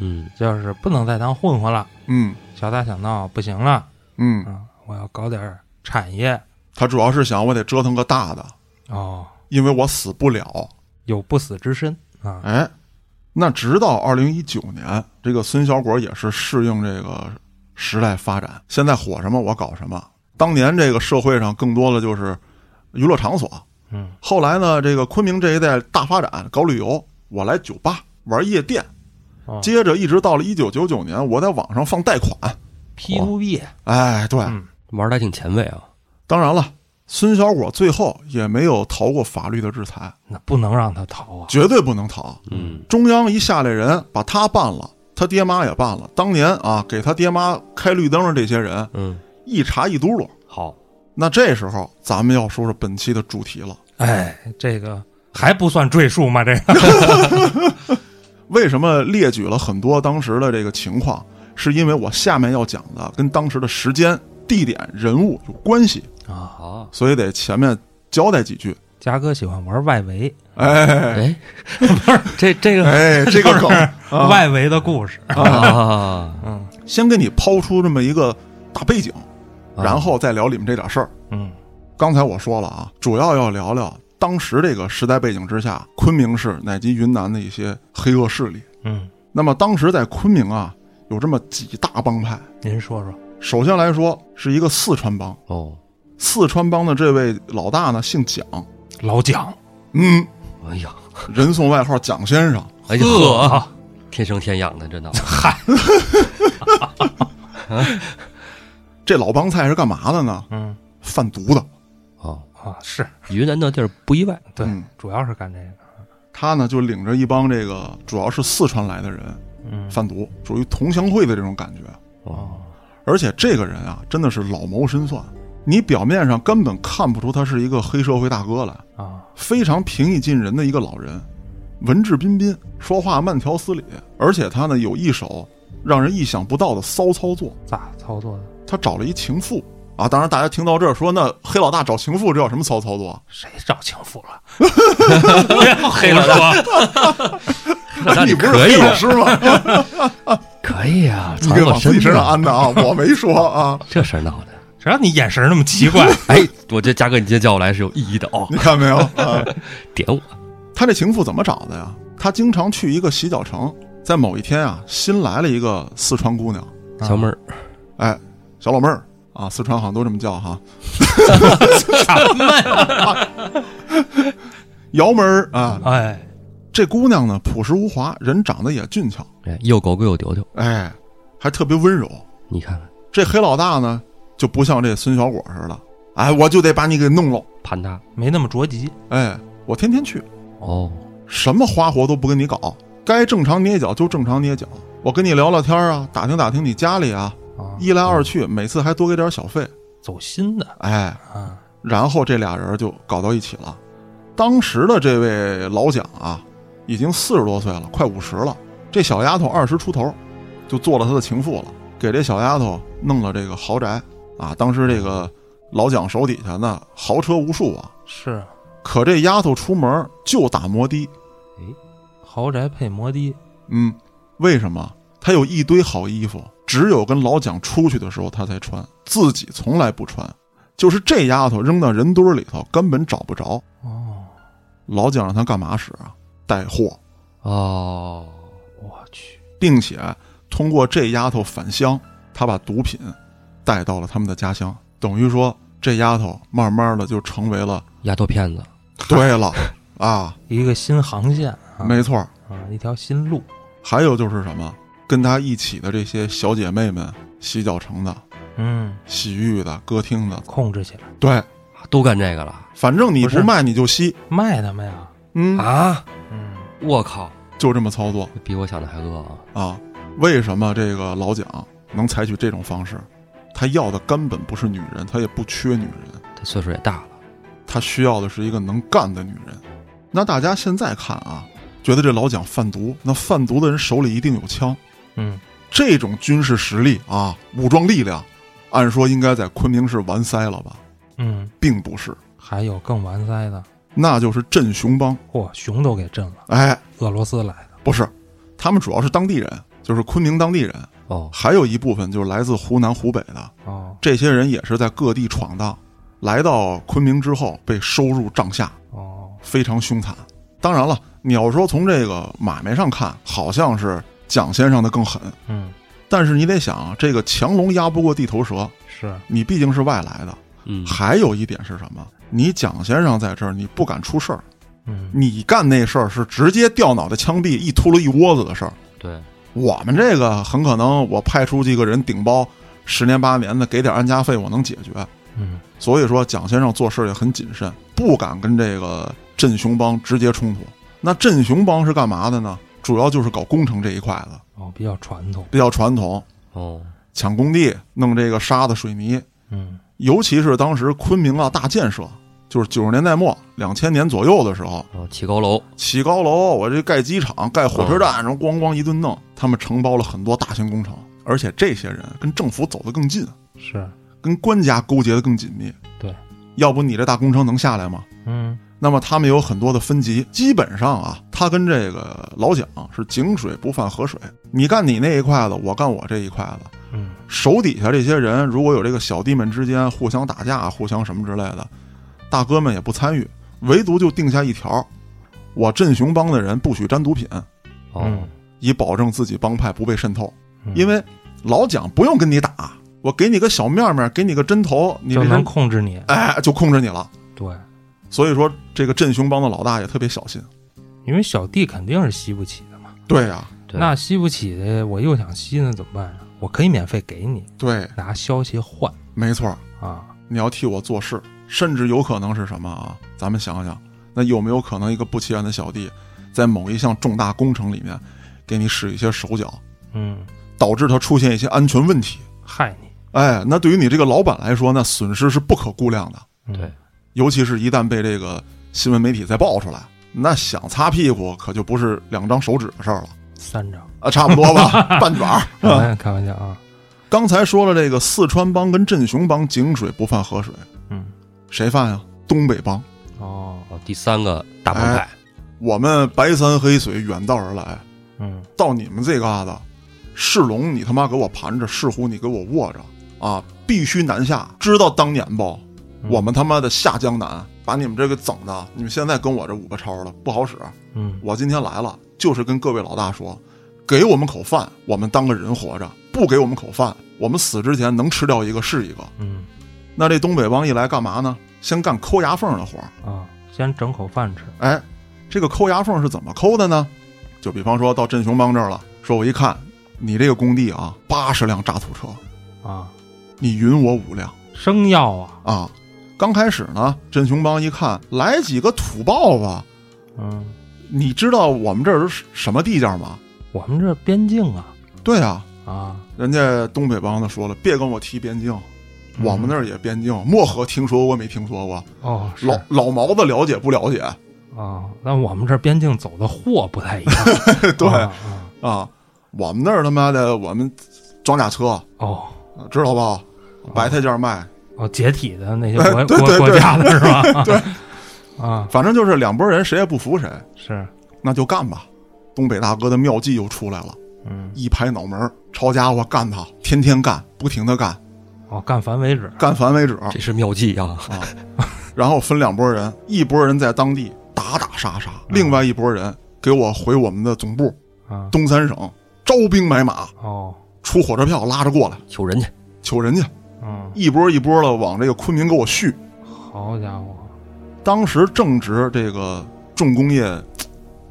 Speaker 2: 嗯，
Speaker 3: 就是不能再当混混了，
Speaker 1: 嗯
Speaker 3: 小打小闹不行了，
Speaker 1: 嗯，
Speaker 3: 嗯，我要搞点儿产业。
Speaker 1: 他主要是想我得折腾个大的，
Speaker 3: 哦，
Speaker 1: 因为我死不了。
Speaker 3: 有不死之身啊。
Speaker 1: 哎，那直到二零一九年，这个孙小果也是适应这个时代发展，现在火什么我搞什么。当年这个社会上更多的就是娱乐场所，
Speaker 3: 嗯，
Speaker 1: 后来呢，这个昆明这一带大发展，搞旅游，我来酒吧玩夜店，
Speaker 3: 哦
Speaker 1: 接着一直到了一九九九年，我在网上放贷款。
Speaker 3: P to B，
Speaker 1: 哎，对，
Speaker 3: 嗯
Speaker 2: 玩的还挺前卫啊。
Speaker 1: 当然了。孙小果最后也没有逃过法律的制裁，
Speaker 3: 那不能让他逃啊。
Speaker 1: 绝对不能逃。
Speaker 2: 嗯，
Speaker 1: 中央一下来人，把他办了，他爹妈也办了。当年啊，给他爹妈开绿灯的这些人，
Speaker 2: 嗯，
Speaker 1: 一查一嘟噜。
Speaker 2: 好，
Speaker 1: 那这时候咱们要说说本期的主题了。
Speaker 3: 哎，这个还不算赘述吗？这个
Speaker 1: 为什么列举了很多当时的这个情况？是因为我下面要讲的跟当时的时间、地点、人物有关系，
Speaker 3: 啊，
Speaker 2: 好，
Speaker 1: 所以得前面交代几句。
Speaker 3: 嘉哥喜欢玩外围，
Speaker 1: 哎
Speaker 2: 哎，这这个
Speaker 1: 哎，这个 梗，啊
Speaker 3: 外围的故事。
Speaker 2: 啊，
Speaker 3: 嗯
Speaker 1: 先给你抛出这么一个大背景，
Speaker 2: 啊
Speaker 1: 然后再聊里面这点事儿。
Speaker 3: 嗯，
Speaker 1: 刚才我说了啊，主要要聊聊当时这个时代背景之下，昆明市乃及云南的一些黑恶势力。
Speaker 3: 嗯，
Speaker 1: 那么当时在昆明啊，有这么几大帮派。
Speaker 3: 您说说，
Speaker 1: 首先来说是一个四川帮，
Speaker 2: 哦，
Speaker 1: 四川帮的这位老大呢姓蒋，
Speaker 3: 老蒋，
Speaker 1: 嗯，
Speaker 2: 哎呀，
Speaker 1: 人送外号蒋先生。
Speaker 2: 哎呀，呵，
Speaker 3: 啊
Speaker 2: 天生天养的，真的。
Speaker 1: 这老帮菜是干嘛的呢？
Speaker 3: 嗯
Speaker 1: 贩毒的。
Speaker 2: 哦，
Speaker 3: 啊，是
Speaker 2: 云南那地儿不 意外。
Speaker 3: 对
Speaker 1: 嗯，
Speaker 3: 主要是干这个。
Speaker 1: 他呢就领着一帮这个主要是四川来的人
Speaker 3: 嗯，
Speaker 1: 贩毒，属于同乡会的这种感觉。
Speaker 2: 哦，
Speaker 1: 而且这个人啊，真的是老谋深算，你表面上根本看不出他是一个黑社会大哥来，
Speaker 3: 啊，
Speaker 1: 非常平易近人的一个老人，文质彬彬，说话慢条斯理，而且他呢有一手让人意想不到的骚操作，
Speaker 3: 咋操作的？
Speaker 1: 他找了一情妇。啊，当然，大家听到这儿说，那黑老大找情妇，这叫什么骚操作啊？
Speaker 3: 谁找情妇了？别黑了说，
Speaker 2: 那
Speaker 1: 你
Speaker 2: 你
Speaker 1: 不是
Speaker 2: 可以
Speaker 1: 黑老
Speaker 2: 啊，
Speaker 1: 师吗？
Speaker 2: 可以啊，
Speaker 1: 你
Speaker 2: 藏
Speaker 1: 给
Speaker 2: 我
Speaker 1: 往自
Speaker 2: 身
Speaker 1: 己身上啊
Speaker 2: 上，
Speaker 1: 安的啊！我没说啊，
Speaker 2: 这事儿闹的。
Speaker 3: 谁让你眼神那么奇怪？
Speaker 2: 哎，我觉得嘉哥你今天叫我来是有意义的哦，
Speaker 1: 你看没有？啊，
Speaker 2: 点我
Speaker 1: 他这情妇怎么找的呀？他经常去一个洗脚城，在某一天啊，新来了一个四川姑娘，
Speaker 2: 小妹儿，
Speaker 1: 哎，小老妹儿啊，四川好像都这么叫哈。姚门儿啊，
Speaker 3: 哎，
Speaker 1: 这姑娘呢朴实无华，人长得也俊俏，
Speaker 2: 哎，又狗狗又丢丢，
Speaker 1: 哎，还特别温柔。
Speaker 2: 你看看
Speaker 1: 这黑老大呢，就不像这孙小果似的，哎，我就得把你给弄了，
Speaker 2: 盘他
Speaker 3: 没那么着急。
Speaker 1: 哎，我天天去，
Speaker 2: 哦，
Speaker 1: 什么花活都不跟你搞，该正常捏脚就正常捏脚。我跟你聊聊天啊，打听打听你家里啊，
Speaker 3: 啊，
Speaker 1: 一来二去，每次还多给点小费，
Speaker 3: 走心的
Speaker 1: 哎，
Speaker 3: 啊，
Speaker 1: 然后这俩人就搞到一起了。当时的这位老蒋啊，已经四十多岁了，快五十了。这小丫头二十出头，就做了他的情妇了，给这小丫头弄了这个豪宅啊。当时这个老蒋手底下呢，豪车无数啊。
Speaker 3: 是
Speaker 1: 可这丫头出门就打摩的，
Speaker 3: 豪宅配摩的，
Speaker 1: 嗯，为什么？她有一堆好衣服，只有跟老蒋出去的时候她才穿，自己从来不穿。就是这丫头扔到人堆里头，根本找不着。
Speaker 3: 哦，
Speaker 1: 老蒋让他干嘛使啊？带货，
Speaker 2: 哦，
Speaker 3: 我去，
Speaker 1: 并且通过这丫头返乡，他把毒品带到了他们的家乡，等于说这丫头慢慢的就成为了，
Speaker 2: 丫头片子，
Speaker 1: 对了啊，
Speaker 3: 一个新航线啊，
Speaker 1: 没错儿。
Speaker 3: 啊，一条新路，
Speaker 1: 还有就是什么，跟他一起的这些小姐妹们，洗脚城的、
Speaker 3: 嗯，
Speaker 1: 洗浴的、歌厅的，
Speaker 3: 控制起来，
Speaker 1: 对，
Speaker 2: 都干这个了
Speaker 1: 反正你不
Speaker 3: 不是
Speaker 1: 卖你就吸，
Speaker 3: 卖他们呀，
Speaker 1: 嗯，
Speaker 2: 啊！
Speaker 3: 嗯，
Speaker 2: 我靠，
Speaker 1: 就这么操作
Speaker 2: 比我想的还恶啊！
Speaker 1: 啊。为什么这个老蒋能采取这种方式？他要的根本不是女人，他也不缺女人。
Speaker 2: 他岁数也大了，
Speaker 1: 他需要的是一个能干的女人。那大家现在看啊，觉得这老蒋贩毒，那贩毒的人手里一定有枪，
Speaker 3: 嗯，
Speaker 1: 这种军事实力啊，武装力量，按说应该在昆明市完塞了吧，
Speaker 3: 嗯，
Speaker 1: 并不是，
Speaker 3: 还有更完塞的，
Speaker 1: 那就是镇雄帮。
Speaker 3: 嚯，熊都给震了，
Speaker 1: 哎，
Speaker 3: 俄罗斯来的，
Speaker 1: 不是，他们主要是当地人，就是昆明当地人，
Speaker 2: 哦，
Speaker 1: 还有一部分就是来自湖南、湖北的，
Speaker 3: 哦，
Speaker 1: 这些人也是在各地闯荡，来到昆明之后被收入帐下，
Speaker 3: 哦，
Speaker 1: 非常凶残。当然了，你要说从这个买卖上看，好像是蒋先生的更狠，
Speaker 3: 嗯，
Speaker 1: 但是你得想，这个强龙压不过地头蛇，
Speaker 3: 是，
Speaker 1: 你毕竟是外来的。
Speaker 2: 嗯，
Speaker 1: 还有一点是什么？你蒋先生在这儿，你不敢出事儿，
Speaker 3: 嗯，
Speaker 1: 你干那事儿是直接掉脑袋枪毙，一秃噜一窝子的事儿。
Speaker 2: 对，
Speaker 1: 我们这个很可能，我派出几个人顶包，十年八年的给点安家费，我能解决。
Speaker 3: 嗯，
Speaker 1: 所以说，蒋先生做事也很谨慎，不敢跟这个镇雄帮直接冲突。那镇雄帮是干嘛的呢？主要就是搞工程这一块的，
Speaker 3: 哦，比较传统，
Speaker 1: 比较传统，
Speaker 2: 哦，
Speaker 1: 抢工地，弄这个沙子、水泥。
Speaker 3: 嗯，
Speaker 1: 尤其是当时昆明啊大建设，就是九十年代末、两千年左右的时候，
Speaker 2: 哦，起高楼，
Speaker 1: 起高楼，我这盖机场、盖火车站，然后咣咣一顿弄，他们承包了很多大型工程，而且这些人跟政府走得更近，
Speaker 3: 是，
Speaker 1: 跟官家勾结得更紧密。
Speaker 3: 对，
Speaker 1: 要不你这大工程能下来吗？
Speaker 3: 嗯，
Speaker 1: 那么他们有很多的分级，基本上啊，他跟这个老蒋是井水不犯河水，你干你那一块的，我干我这一块的。
Speaker 3: 嗯，
Speaker 1: 手底下这些人如果有这个小弟们之间互相打架、互相什么之类的，大哥们也不参与，唯独就定下一条：我镇雄帮的人不许沾毒品，
Speaker 2: 哦，
Speaker 1: 以保证自己帮派不被渗透。
Speaker 3: 嗯
Speaker 1: 因为老蒋不用跟你打，我给你个小面面，给你个针头，你这
Speaker 3: 就能
Speaker 1: 人
Speaker 3: 控制你，
Speaker 1: 哎就控制你了。
Speaker 3: 对，
Speaker 1: 所以说，这个镇雄帮的老大也特别小心。
Speaker 3: 因为小弟肯定是吸不起的嘛，
Speaker 1: 对呀、
Speaker 2: 对
Speaker 3: 那吸不起的，我又想吸，那怎么办呀？我可以免费给你，
Speaker 1: 对，
Speaker 3: 拿消息换
Speaker 1: 没错儿，
Speaker 3: 啊，
Speaker 1: 你要替我做事，甚至有可能是什么啊？咱们想想，那有没有可能一个不起眼的小弟，在某一项重大工程里面，给你使一些手脚，
Speaker 3: 嗯，
Speaker 1: 导致他出现一些安全问题？
Speaker 3: 害你，
Speaker 1: 哎，那对于你这个老板来说，那损失是不可估量的，
Speaker 3: 嗯
Speaker 2: 对，
Speaker 1: 尤其是一旦被这个新闻媒体再爆出来，那想擦屁股可就不是两张手指的事儿了
Speaker 3: 三张，
Speaker 1: 啊，差不多吧， 半卷儿。是
Speaker 3: 开
Speaker 1: 吧
Speaker 3: 玩笑，开玩笑啊，
Speaker 1: 刚才说了，这个四川帮跟镇雄帮井水不犯河水，
Speaker 3: 嗯，
Speaker 1: 谁犯呀？东北帮。
Speaker 3: 哦，
Speaker 2: 哦，第三个大帮派，
Speaker 1: 我们白山黑水远道而来，
Speaker 3: 嗯，
Speaker 1: 到你们这旮瘩，是龙你他妈给我盘着，是虎你给我卧着，啊，必须南下。知道当年不？
Speaker 3: 嗯
Speaker 1: 我们他妈的下江南，把你们这个整的，你们现在跟我这五个超了，不好使。
Speaker 3: 嗯
Speaker 1: 我今天来了，就是跟各位老大说，给我们口饭，我们当个人活着；不给我们口饭，我们死之前能吃掉一个是一个。
Speaker 3: 嗯
Speaker 1: 那这东北帮一来干嘛呢？先干抠牙缝的活儿。
Speaker 3: 啊，先整口饭吃。
Speaker 1: 哎，这个抠牙缝是怎么抠的呢？就比方说到镇雄帮这儿了，说我一看你这个工地啊，八十辆渣土车，
Speaker 3: 啊，
Speaker 1: 你匀我五辆
Speaker 3: 生药啊，
Speaker 1: 啊。刚开始呢，镇雄帮一看来几个土豹子，
Speaker 3: 嗯，
Speaker 1: 你知道我们这儿是什么地界吗？
Speaker 3: 我们这边境啊，
Speaker 1: 对啊，
Speaker 3: 啊，
Speaker 1: 人家东北帮子说了，别跟我提边境，
Speaker 3: 嗯
Speaker 1: 我们那儿也边境。漠河听说过没听说过？
Speaker 3: 哦，是
Speaker 1: 老老毛子了解不了 解？
Speaker 3: 啊，但我们这边境走的货不太一样，
Speaker 1: 对
Speaker 3: 啊啊
Speaker 1: 啊，我们那儿他妈的我们装甲车，
Speaker 3: 哦
Speaker 1: 知道吧？白菜价卖，
Speaker 3: 哦，解体的那些
Speaker 1: 哎
Speaker 3: 国
Speaker 1: 对
Speaker 3: 国
Speaker 1: 对
Speaker 3: 国
Speaker 1: 对
Speaker 3: 家的是吧？对， 啊，
Speaker 1: 反正就是两拨人谁也不服谁，
Speaker 3: 是，
Speaker 1: 那就干吧。东北大哥的妙计又出来了，
Speaker 3: 嗯，
Speaker 1: 一拍脑门儿，抄家伙干他，天天干，不停的干，
Speaker 3: 哦，干烦为止。
Speaker 1: 干烦为止。
Speaker 2: 这是妙计啊！
Speaker 1: 然后分两拨人，一拨人在当地打打杀杀，另外一拨人给我回我们的总部
Speaker 3: 啊，
Speaker 1: 东三省招兵买马，
Speaker 3: 哦，
Speaker 1: 出火车票拉着过来
Speaker 2: 求人去，
Speaker 1: 求人家，
Speaker 3: 嗯，
Speaker 1: 一波一波的往这个昆明给我续。
Speaker 3: 好家伙，
Speaker 1: 当时正值这个重工业嘖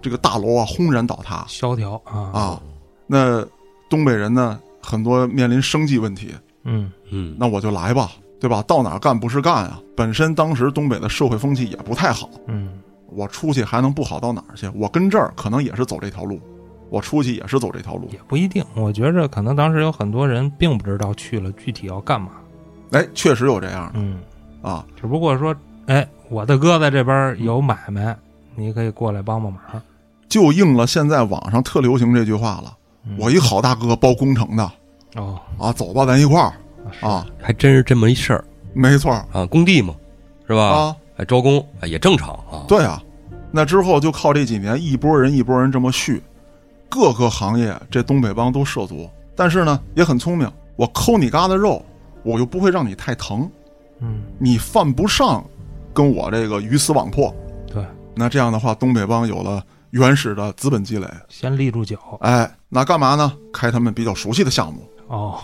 Speaker 1: 这个大楼啊轰然倒塌
Speaker 3: 萧条啊，
Speaker 1: 啊，那东北人呢很多面临生计问题，
Speaker 3: 嗯
Speaker 2: 嗯，
Speaker 1: 那我就来吧，对吧？到哪儿干不是干啊？本身当时东北的社会风气也不太好，
Speaker 3: 嗯，
Speaker 1: 我出去还能不好到哪儿去？我跟这儿可能也是走这条路，我出去也是走这条路。
Speaker 3: 也不一定。我觉着可能当时有很多人并不知道去了具体要干嘛。
Speaker 1: 哎，确实有这样
Speaker 3: 嗯，
Speaker 1: 的啊，
Speaker 3: 只不过说，哎，我的哥在这边有买卖，你可以过来帮帮
Speaker 1: 哦
Speaker 3: 忙。
Speaker 1: 就应了现在网上特流行这句话了。
Speaker 3: 嗯
Speaker 1: 我一好大哥包工程的
Speaker 3: 哦，
Speaker 1: 啊，走吧，咱一块儿
Speaker 3: 是
Speaker 1: 啊，
Speaker 2: 还真是这么一事儿
Speaker 1: 没错儿
Speaker 2: 啊！工地嘛，是吧？
Speaker 1: 啊，
Speaker 2: 哎，招工哎也正常啊。
Speaker 1: 对啊。那之后就靠这几年一波人一波人这么续，各个行业这东北帮都涉足，但是呢也很聪明，我抠你疙瘩肉，我又不会让你太疼，
Speaker 3: 嗯，
Speaker 1: 你犯不上跟我这个鱼死网破。
Speaker 3: 对，
Speaker 1: 那这样的话，东北帮有了原始的资本积累，
Speaker 3: 先立住脚。
Speaker 1: 哎，那干嘛呢？开他们比较熟悉的项目，
Speaker 3: 哦，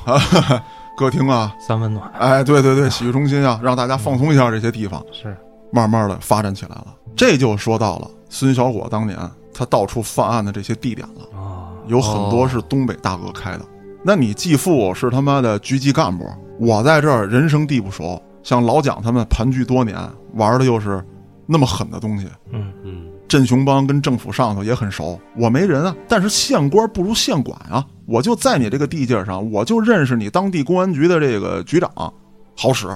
Speaker 1: 歌厅啊，
Speaker 3: 三温暖
Speaker 1: 哎，对对对，洗浴中心啊，让大家放松一下这些地方。
Speaker 3: 是，
Speaker 1: 慢慢的发展起来了。这就说到了孙小果当年他到处犯案的这些地点了，
Speaker 3: 哦，
Speaker 1: 有很多是东北大哥开的。那你继父是他妈的局级干部，我在这儿人生地不熟，像老蒋他们盘踞多年，玩的又是那么狠的东西。
Speaker 3: 嗯
Speaker 2: 嗯，
Speaker 1: 镇雄帮跟政府上头也很熟，我没人啊，但是县官不如县管啊，我就在你这个地界上，我就认识你当地公安局的这个局长，好使，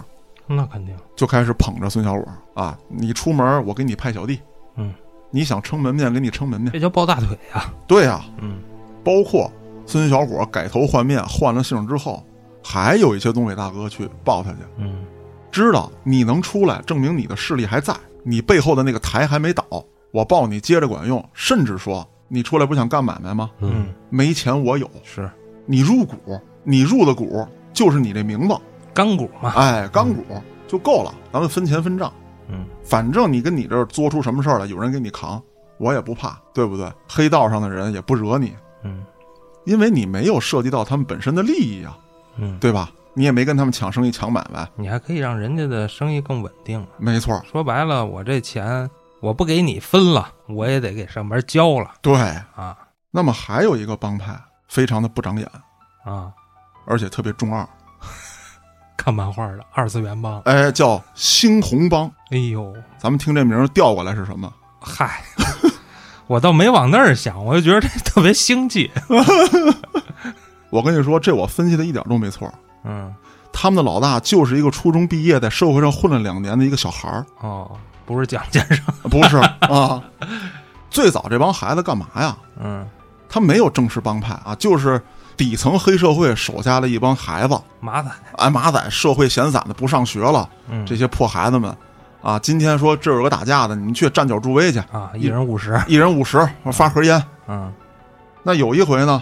Speaker 3: 那肯定。
Speaker 1: 就开始捧着孙小果啊，你出门我给你派小弟，
Speaker 3: 嗯，
Speaker 1: 你想撑门面给你撑门面，
Speaker 3: 这叫抱大腿呀、
Speaker 1: 对啊，
Speaker 3: 嗯，
Speaker 1: 包括孙小果改头换面换了姓之后，还有一些东北大哥去抱他去，
Speaker 3: 嗯，
Speaker 1: 知道你能出来，证明你的势力还在，你背后的那个台还没倒，我抱你接着管用，甚至说你出来不想干买卖吗？
Speaker 2: 嗯，
Speaker 1: 没钱我有，
Speaker 3: 是
Speaker 1: 你入股，你入的股就是你这名字，
Speaker 3: 干股嘛。
Speaker 1: 哎，钢股就够了，咱们分钱分账。
Speaker 3: 嗯，
Speaker 1: 反正你跟你这儿做出什么事儿来，有人给你扛，我也不怕，对不对？黑道上的人也不惹你，
Speaker 3: 嗯
Speaker 1: 因为你没有涉及到他们本身的利益啊，
Speaker 3: 嗯，
Speaker 1: 对吧？你也没跟他们抢生意、抢买卖，
Speaker 3: 你还可以让人家的生意更稳定啊。
Speaker 1: 没错儿，
Speaker 3: 说白了，我这钱我不给你分了，我也得给上边交了
Speaker 1: 对。
Speaker 3: 啊
Speaker 1: 那么还有一个帮派非常的不长眼，
Speaker 3: 啊！
Speaker 1: 而且特别中二，
Speaker 3: 看漫画的二次元帮，
Speaker 1: 哎，叫猩红帮。
Speaker 3: 哎呦
Speaker 1: 咱们听这名儿调过来是什么？
Speaker 3: 嗨， 我倒没往那儿想，我就觉得这特别兴起。
Speaker 1: 我跟你说，这我分析的一点都没错儿。
Speaker 3: 嗯，
Speaker 1: 他们的老大就是一个初中毕业，在社会上混了两年的一个小孩儿，
Speaker 3: 哦，不是蒋先生，
Speaker 1: 不是啊。最早这帮孩子干嘛呀？
Speaker 3: 嗯，
Speaker 1: 他没有正式帮派啊，就是底层黑社会手下的一帮孩子，
Speaker 3: 马仔，
Speaker 1: 哎，马仔社会闲散的不上学了，
Speaker 3: 嗯，
Speaker 1: 这些破孩子们，啊，今天说这有个打架的，你们去站脚助威去，
Speaker 3: 啊，一人五十，
Speaker 1: 一人五十，发盒烟。
Speaker 3: 嗯
Speaker 1: 那有一回呢，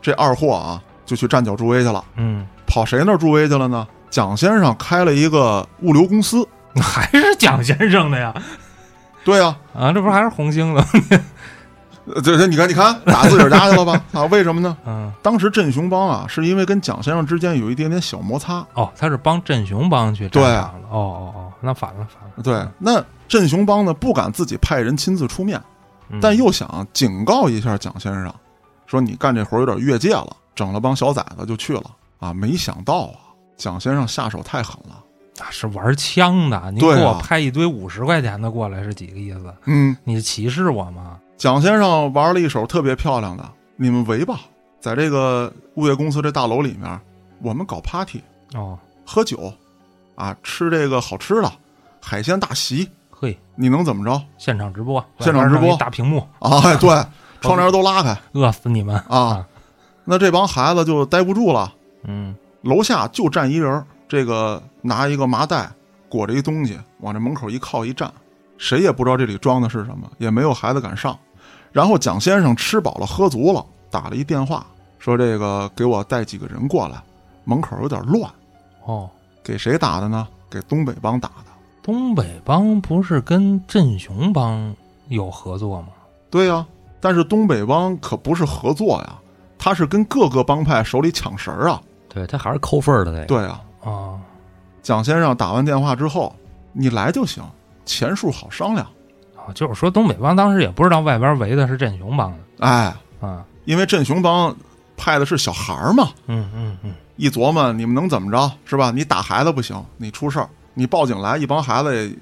Speaker 1: 这二货啊就去站脚助威去了，
Speaker 3: 嗯，
Speaker 1: 跑谁那儿助威去了呢？蒋先生开了一个物流公司，
Speaker 3: 还是蒋先生的呀？
Speaker 1: 对呀、
Speaker 3: 啊，这不还是红星的吗？
Speaker 1: 呃这这你看你看打自个儿家去了吧？啊，为什么呢？
Speaker 3: 嗯，
Speaker 1: 当时镇雄帮啊，是因为跟蒋先生之间有一点点小摩擦。
Speaker 3: 哦，他是帮镇雄帮去
Speaker 1: 对啊
Speaker 3: 站岗了。哦哦哦，那反了反了。
Speaker 1: 对，那镇雄帮呢不敢自己派人亲自出面，
Speaker 3: 嗯
Speaker 1: 但又想警告一下蒋先生，说你干这活儿有点越界了，整了帮小崽子就去了啊！没想到啊，蒋先生下手太狠了。
Speaker 3: 那啊是玩枪的，您给
Speaker 1: 对啊
Speaker 3: 我拍一堆五十块钱的过来是几个意思？
Speaker 1: 嗯，
Speaker 3: 你是歧视我吗？
Speaker 1: 蒋先生玩了一手特别漂亮的，你们围吧，在这个物业公司这大楼里面，我们搞 party
Speaker 3: 哦，
Speaker 1: 喝酒，啊，吃这个好吃的，海鲜大席，
Speaker 3: 嘿，
Speaker 1: 你能怎么着
Speaker 3: 现场直播，
Speaker 1: 现场直播
Speaker 3: 外边弄一大屏幕，
Speaker 1: 啊？哎对，窗帘都拉开
Speaker 3: 饿死你们！
Speaker 1: 啊，那这帮孩子就待不住了。
Speaker 3: 嗯，
Speaker 1: 楼下就站一人儿，这个拿一个麻袋裹着一东西往这门口一靠一站，谁也不知道这里装的是什么，也没有孩子敢上。然后蒋先生吃饱了喝足了，打了一电话说：“这个给我带几个人过来，门口有点乱。
Speaker 3: 哦，”
Speaker 1: 给谁打的呢？给东北帮打的。
Speaker 3: 东北帮不是跟镇雄帮有合作吗？
Speaker 1: 对呀、但是东北帮可不是合作呀，他是跟各个帮派手里抢食儿啊。
Speaker 2: 对他还是扣分儿的那个。
Speaker 1: 对呀、
Speaker 3: 哦，
Speaker 1: 蒋先生打完电话之后，你来就行，钱数好商量。
Speaker 3: 哦就是说东北帮当时也不知道外边围的是镇雄帮的
Speaker 1: 哎，
Speaker 3: 啊。
Speaker 1: 因为镇雄帮派的是小孩儿嘛，
Speaker 3: 嗯嗯嗯，
Speaker 1: 一琢磨你们能怎么着是吧？你打孩子不行，你出事儿，你报警来，一帮孩子也，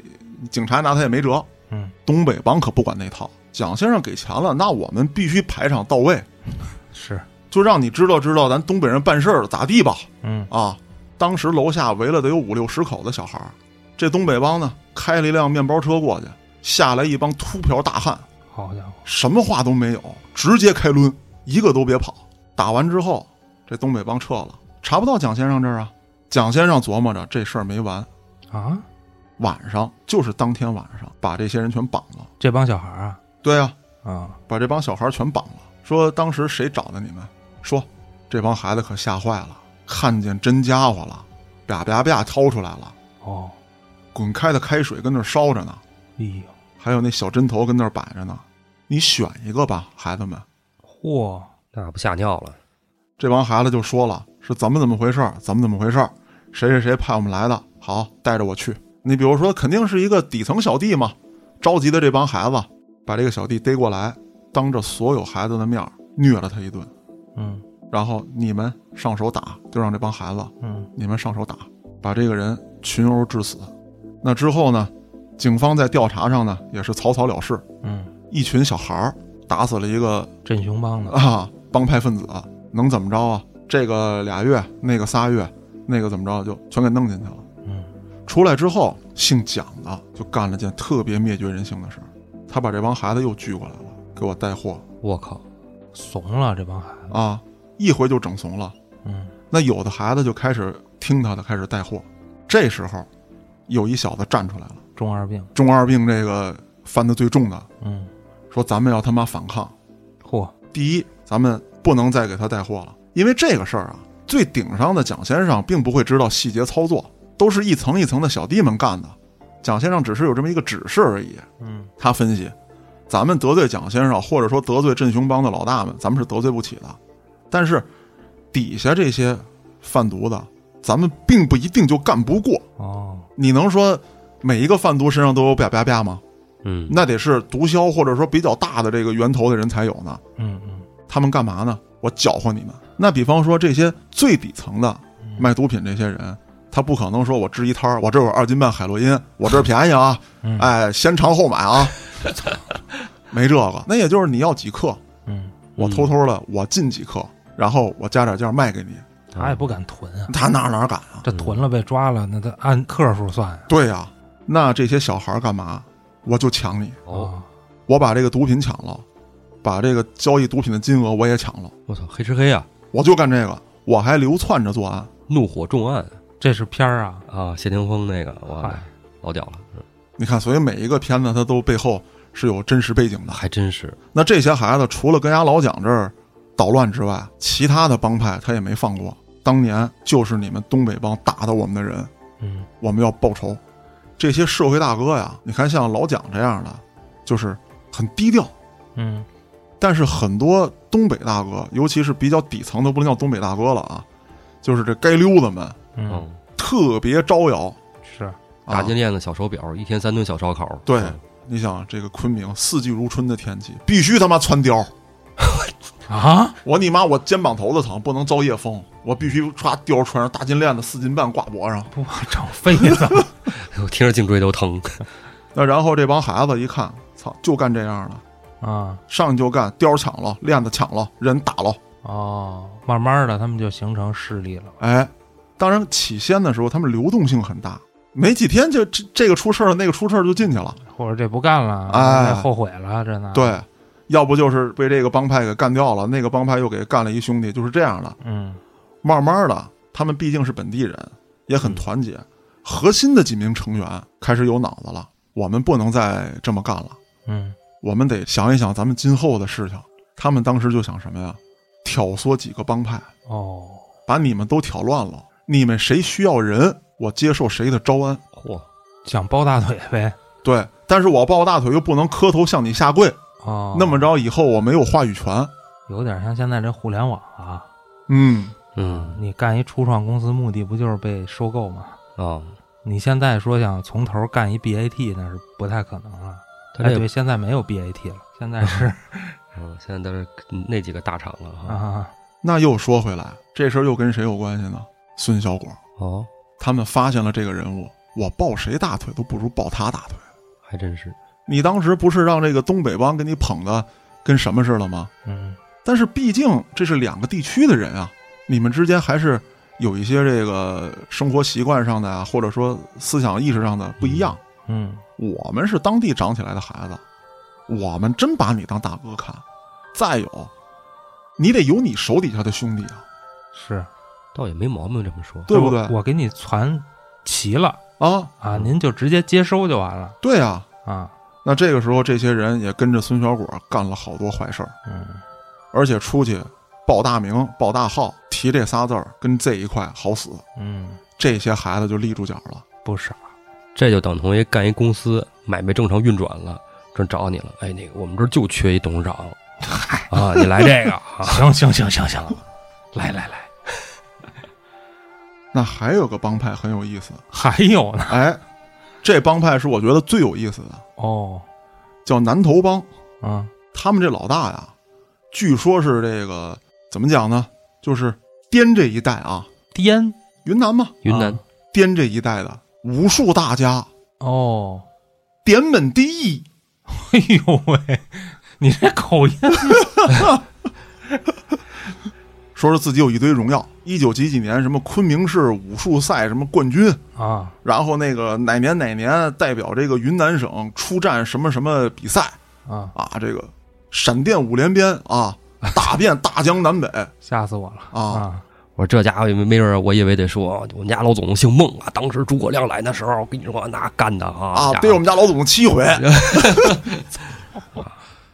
Speaker 1: 警察拿他也没辙。
Speaker 3: 嗯，
Speaker 1: 东北帮可不管那套，蒋先生给钱了，那我们必须排场到位，
Speaker 3: 是，
Speaker 1: 就让你知道知道咱东北人办事儿咋地吧？
Speaker 3: 嗯
Speaker 1: 啊，当时楼下围了得有五六十口的小孩儿，这东北帮呢开了一辆面包车过去，下来一帮秃瓢大汉，
Speaker 3: 好家伙，
Speaker 1: 什么话都没有，直接开抡，一个都别跑。打完之后，这东北帮撤了，查不到蒋先生这儿啊。蒋先生琢磨着这事儿没完，
Speaker 3: 啊，
Speaker 1: 晚上就是当天晚上把这些人全绑了。
Speaker 3: 这帮小孩儿啊，
Speaker 1: 对呀、啊，
Speaker 3: 啊，
Speaker 1: 把这帮小孩全绑了。说当时谁找的你们？说这帮孩子可吓坏了，看见真家伙了，啪啪啪掏出来了，
Speaker 3: 哦，
Speaker 1: 滚开的开水跟那儿烧着呢，
Speaker 3: 哎呦，
Speaker 1: 还有那小针头跟那儿摆着呢。你选一个吧，孩子们。
Speaker 3: 嚯，
Speaker 2: 那不吓尿了？
Speaker 1: 这帮孩子就说了，是怎么怎么回事儿，怎么怎么回事儿，谁谁谁派我们来的，好，带着我去。你比如说，肯定是一个底层小弟嘛，着急的这帮孩子把这个小弟逮过来，当着所有孩子的面儿虐了他一顿，
Speaker 3: 嗯
Speaker 1: 然后你们上手打，就让这帮孩子
Speaker 3: 嗯，
Speaker 1: 你们上手打，把这个人群殴致死。那之后呢，警方在调查上呢也是草草了事，
Speaker 3: 嗯，
Speaker 1: 一群小孩儿打死了一个
Speaker 3: 镇雄帮的，
Speaker 1: 啊，帮派分子能怎么着啊？这个俩月，那个仨月，那个怎么着，就全给弄进去了。
Speaker 3: 嗯，
Speaker 1: 出来之后，姓蒋的就干了件特别灭绝人性的事儿，他把这帮孩子又聚过来了，给我带货
Speaker 2: 我靠！
Speaker 3: 怂了这帮孩子，
Speaker 1: 啊，一回就整怂了。
Speaker 3: 嗯，
Speaker 1: 那有的孩子就开始听他的，开始带货。这时候，有一小子站出来了，
Speaker 3: 中二病，
Speaker 1: 中二病这个犯的最重的，
Speaker 3: 嗯，
Speaker 1: 说咱们要他妈反抗。
Speaker 3: 嚯，
Speaker 1: 第一，咱们不能再给他带货了，因为这个事儿啊，最顶上的蒋先生并不会知道细节操作，都是一层一层的小弟们干的。蒋先生只是有这么一个指示而已。
Speaker 3: 嗯，
Speaker 1: 他分析，咱们得罪蒋先生，或者说得罪镇雄帮的老大们，咱们是得罪不起的。但是底下这些贩毒的，咱们并不一定就干不过。
Speaker 3: 哦，
Speaker 1: 你能说每一个贩毒身上都有啪啪啪吗？
Speaker 2: 嗯，
Speaker 1: 那得是毒枭或者说比较大的这个源头的人才有呢。
Speaker 3: 嗯嗯
Speaker 1: 他们干嘛呢？我搅和你们。那比方说这些最底层的卖毒品这些人，他不可能说我支一摊儿，我这有二斤半海洛因，我这便宜啊，
Speaker 3: 嗯
Speaker 1: 哎，先尝后买 啊，没这个。那也就是你要几克，
Speaker 3: 嗯，
Speaker 1: 我偷偷的我进几克，然后我加点价卖给你，
Speaker 3: 他也不敢囤啊，
Speaker 1: 他哪哪敢啊？
Speaker 3: 这囤了被抓了，那他按克数算啊。
Speaker 1: 对呀、那这些小孩儿干嘛？我就抢你，
Speaker 2: 哦，
Speaker 3: 啊
Speaker 1: 我把这个毒品抢了，把这个交易毒品的金额我也抢了，
Speaker 2: 我操，黑吃黑啊！
Speaker 1: 我就干这个，我还流窜着作案。
Speaker 2: 怒火重案
Speaker 3: 这是片儿啊，哎
Speaker 2: 啊！谢霆锋那个，我
Speaker 3: 嗨，
Speaker 2: 老屌了，嗯
Speaker 1: 你看，所以每一个片子它都背后是有真实背景的。
Speaker 2: 还真是
Speaker 1: 那这些孩子除了跟家老蒋这儿捣乱之外，其他的帮派他也没放过。当年就是你们东北帮打的我们的人，
Speaker 3: 嗯
Speaker 1: 我们要报仇。这些社会大哥呀，你看像老蒋这样的，就是很低调，
Speaker 3: 嗯
Speaker 1: 但是很多东北大哥，尤其是比较底层的，不能叫东北大哥了啊，就是这街溜子们哦
Speaker 3: 嗯，
Speaker 2: 嗯，
Speaker 1: 特别招摇，
Speaker 3: 是，
Speaker 1: 啊
Speaker 2: 大金链子、小手表，一天三顿小烧烤。
Speaker 1: 对
Speaker 2: 嗯，
Speaker 1: 你想这个昆明四季如春的天气，必须他妈穿貂。
Speaker 3: 啊，
Speaker 1: 我你妈，我肩膀头子疼，不能遭夜风，我必须穿貂穿上大金链子，四斤半挂脖上。
Speaker 3: 不整废 了，
Speaker 2: 我听着颈椎都疼。
Speaker 1: 那然后这帮孩子一看，操，就干这样的，
Speaker 3: 啊
Speaker 1: 上去就干，貂抢了，链子抢了，人打了。
Speaker 3: 哦，慢慢的他们就形成势力了，
Speaker 1: 哎，当然起先的时候他们流动性很大，没几天就这这个出事儿了，那个出事儿就进去了。
Speaker 3: 或者这不干了，
Speaker 1: 哎
Speaker 3: 这后悔了，这呢，，
Speaker 1: 对，要不就是被这个帮派给干掉了，那个帮派又给干了一兄弟，就是这样的。
Speaker 3: 嗯
Speaker 1: 慢慢的，他们毕竟是本地人，也很团结。核心的几名成员啊开始有脑子了，我们不能再这么干了，
Speaker 3: 嗯
Speaker 1: 我们得想一想咱们今后的事情。他们当时就想什么呀？挑唆几个帮派，
Speaker 3: 哦，
Speaker 1: 把你们都挑乱了，你们谁需要人，我接受谁的招安。
Speaker 2: 嚯，
Speaker 3: 想抱大腿呗，
Speaker 1: 对，但是我抱大腿又不能磕头向你下跪，
Speaker 3: 哦，
Speaker 1: 那么着以后我没有话语权。
Speaker 3: 有点像现在这互联网啊，
Speaker 1: 嗯，
Speaker 2: 嗯
Speaker 3: 你干一初创公司，目的不就是被收购吗？
Speaker 2: 啊，
Speaker 3: 你现在说想从头干一 BAT，那是不太可能了。
Speaker 2: 他
Speaker 3: 哎，
Speaker 2: 这
Speaker 3: 对，现在没有 BAT 了，现 在是
Speaker 2: 嗯，现在都是那几个大厂了哈。
Speaker 3: 啊，
Speaker 1: 那又说回来，这事儿又跟谁有关系呢？孙小果。
Speaker 2: 哦，
Speaker 1: 他们发现了这个人物，我抱谁大腿都不如抱他大腿。
Speaker 2: 还真是。
Speaker 1: 你当时不是让这个东北帮给你捧的跟什么似的吗？
Speaker 3: 嗯，
Speaker 1: 但是毕竟这是两个地区的人啊，你们之间还是有一些这个生活习惯上的啊，或者说思想意识上的不一样。
Speaker 3: 嗯，
Speaker 1: 我们是当地长起来的孩子，我们真把你当大哥看。再有，你得有你手底下的兄弟啊，
Speaker 3: 是
Speaker 2: 倒也没毛病，这么说。
Speaker 1: 对不对
Speaker 3: 我我给你传齐了
Speaker 1: 啊，
Speaker 3: 啊，
Speaker 2: 嗯
Speaker 3: 您就直接接收就完了
Speaker 1: 对啊。
Speaker 3: 啊。
Speaker 1: 那这个时候，这些人也跟着孙小果干了好多坏事儿。
Speaker 3: 嗯，
Speaker 1: 而且出去报大名、报大号，提这仨字儿跟这一块好死，
Speaker 3: 嗯，
Speaker 1: 这些孩子就立住脚了。
Speaker 3: 不傻，
Speaker 2: 这就等同于干一公司买卖正常运转了，这找你了，哎，那个我们这儿就缺一董事长，啊，你来这个 啊，
Speaker 3: 行行行行行，
Speaker 2: 来来来，
Speaker 1: 那还有个帮派很有意思，
Speaker 3: 还有呢，
Speaker 1: 哎，这帮派是我觉得最有意思的，
Speaker 3: 哦，
Speaker 1: 叫南头帮。
Speaker 3: 啊，
Speaker 1: 他们这老大呀，据说是这个怎么讲呢？就是滇这一带啊，
Speaker 3: 颠
Speaker 1: 云南嘛，
Speaker 2: 云南、
Speaker 3: 啊
Speaker 1: 滇这一带的武术大家，
Speaker 3: 哦，
Speaker 1: 点本第一。
Speaker 3: 哎呦喂，你这口音，
Speaker 1: 说是自己有一堆荣耀，一九几几年什么昆明市武术赛什么冠军，
Speaker 3: 啊，
Speaker 1: 然后那个哪年哪年代表这个云南省出战什么什么比赛
Speaker 3: 啊，
Speaker 1: 啊，这个闪电五连鞭啊，打遍大江南北
Speaker 3: 吓死我了
Speaker 1: 啊！
Speaker 3: 啊！
Speaker 2: 我说这家伙也没没人，我以为得说我们家老总姓孟啊，当时诸葛亮来的时候，我跟你说那干的啊
Speaker 1: 啊，
Speaker 2: 家伙
Speaker 1: 逮我们家老总七回，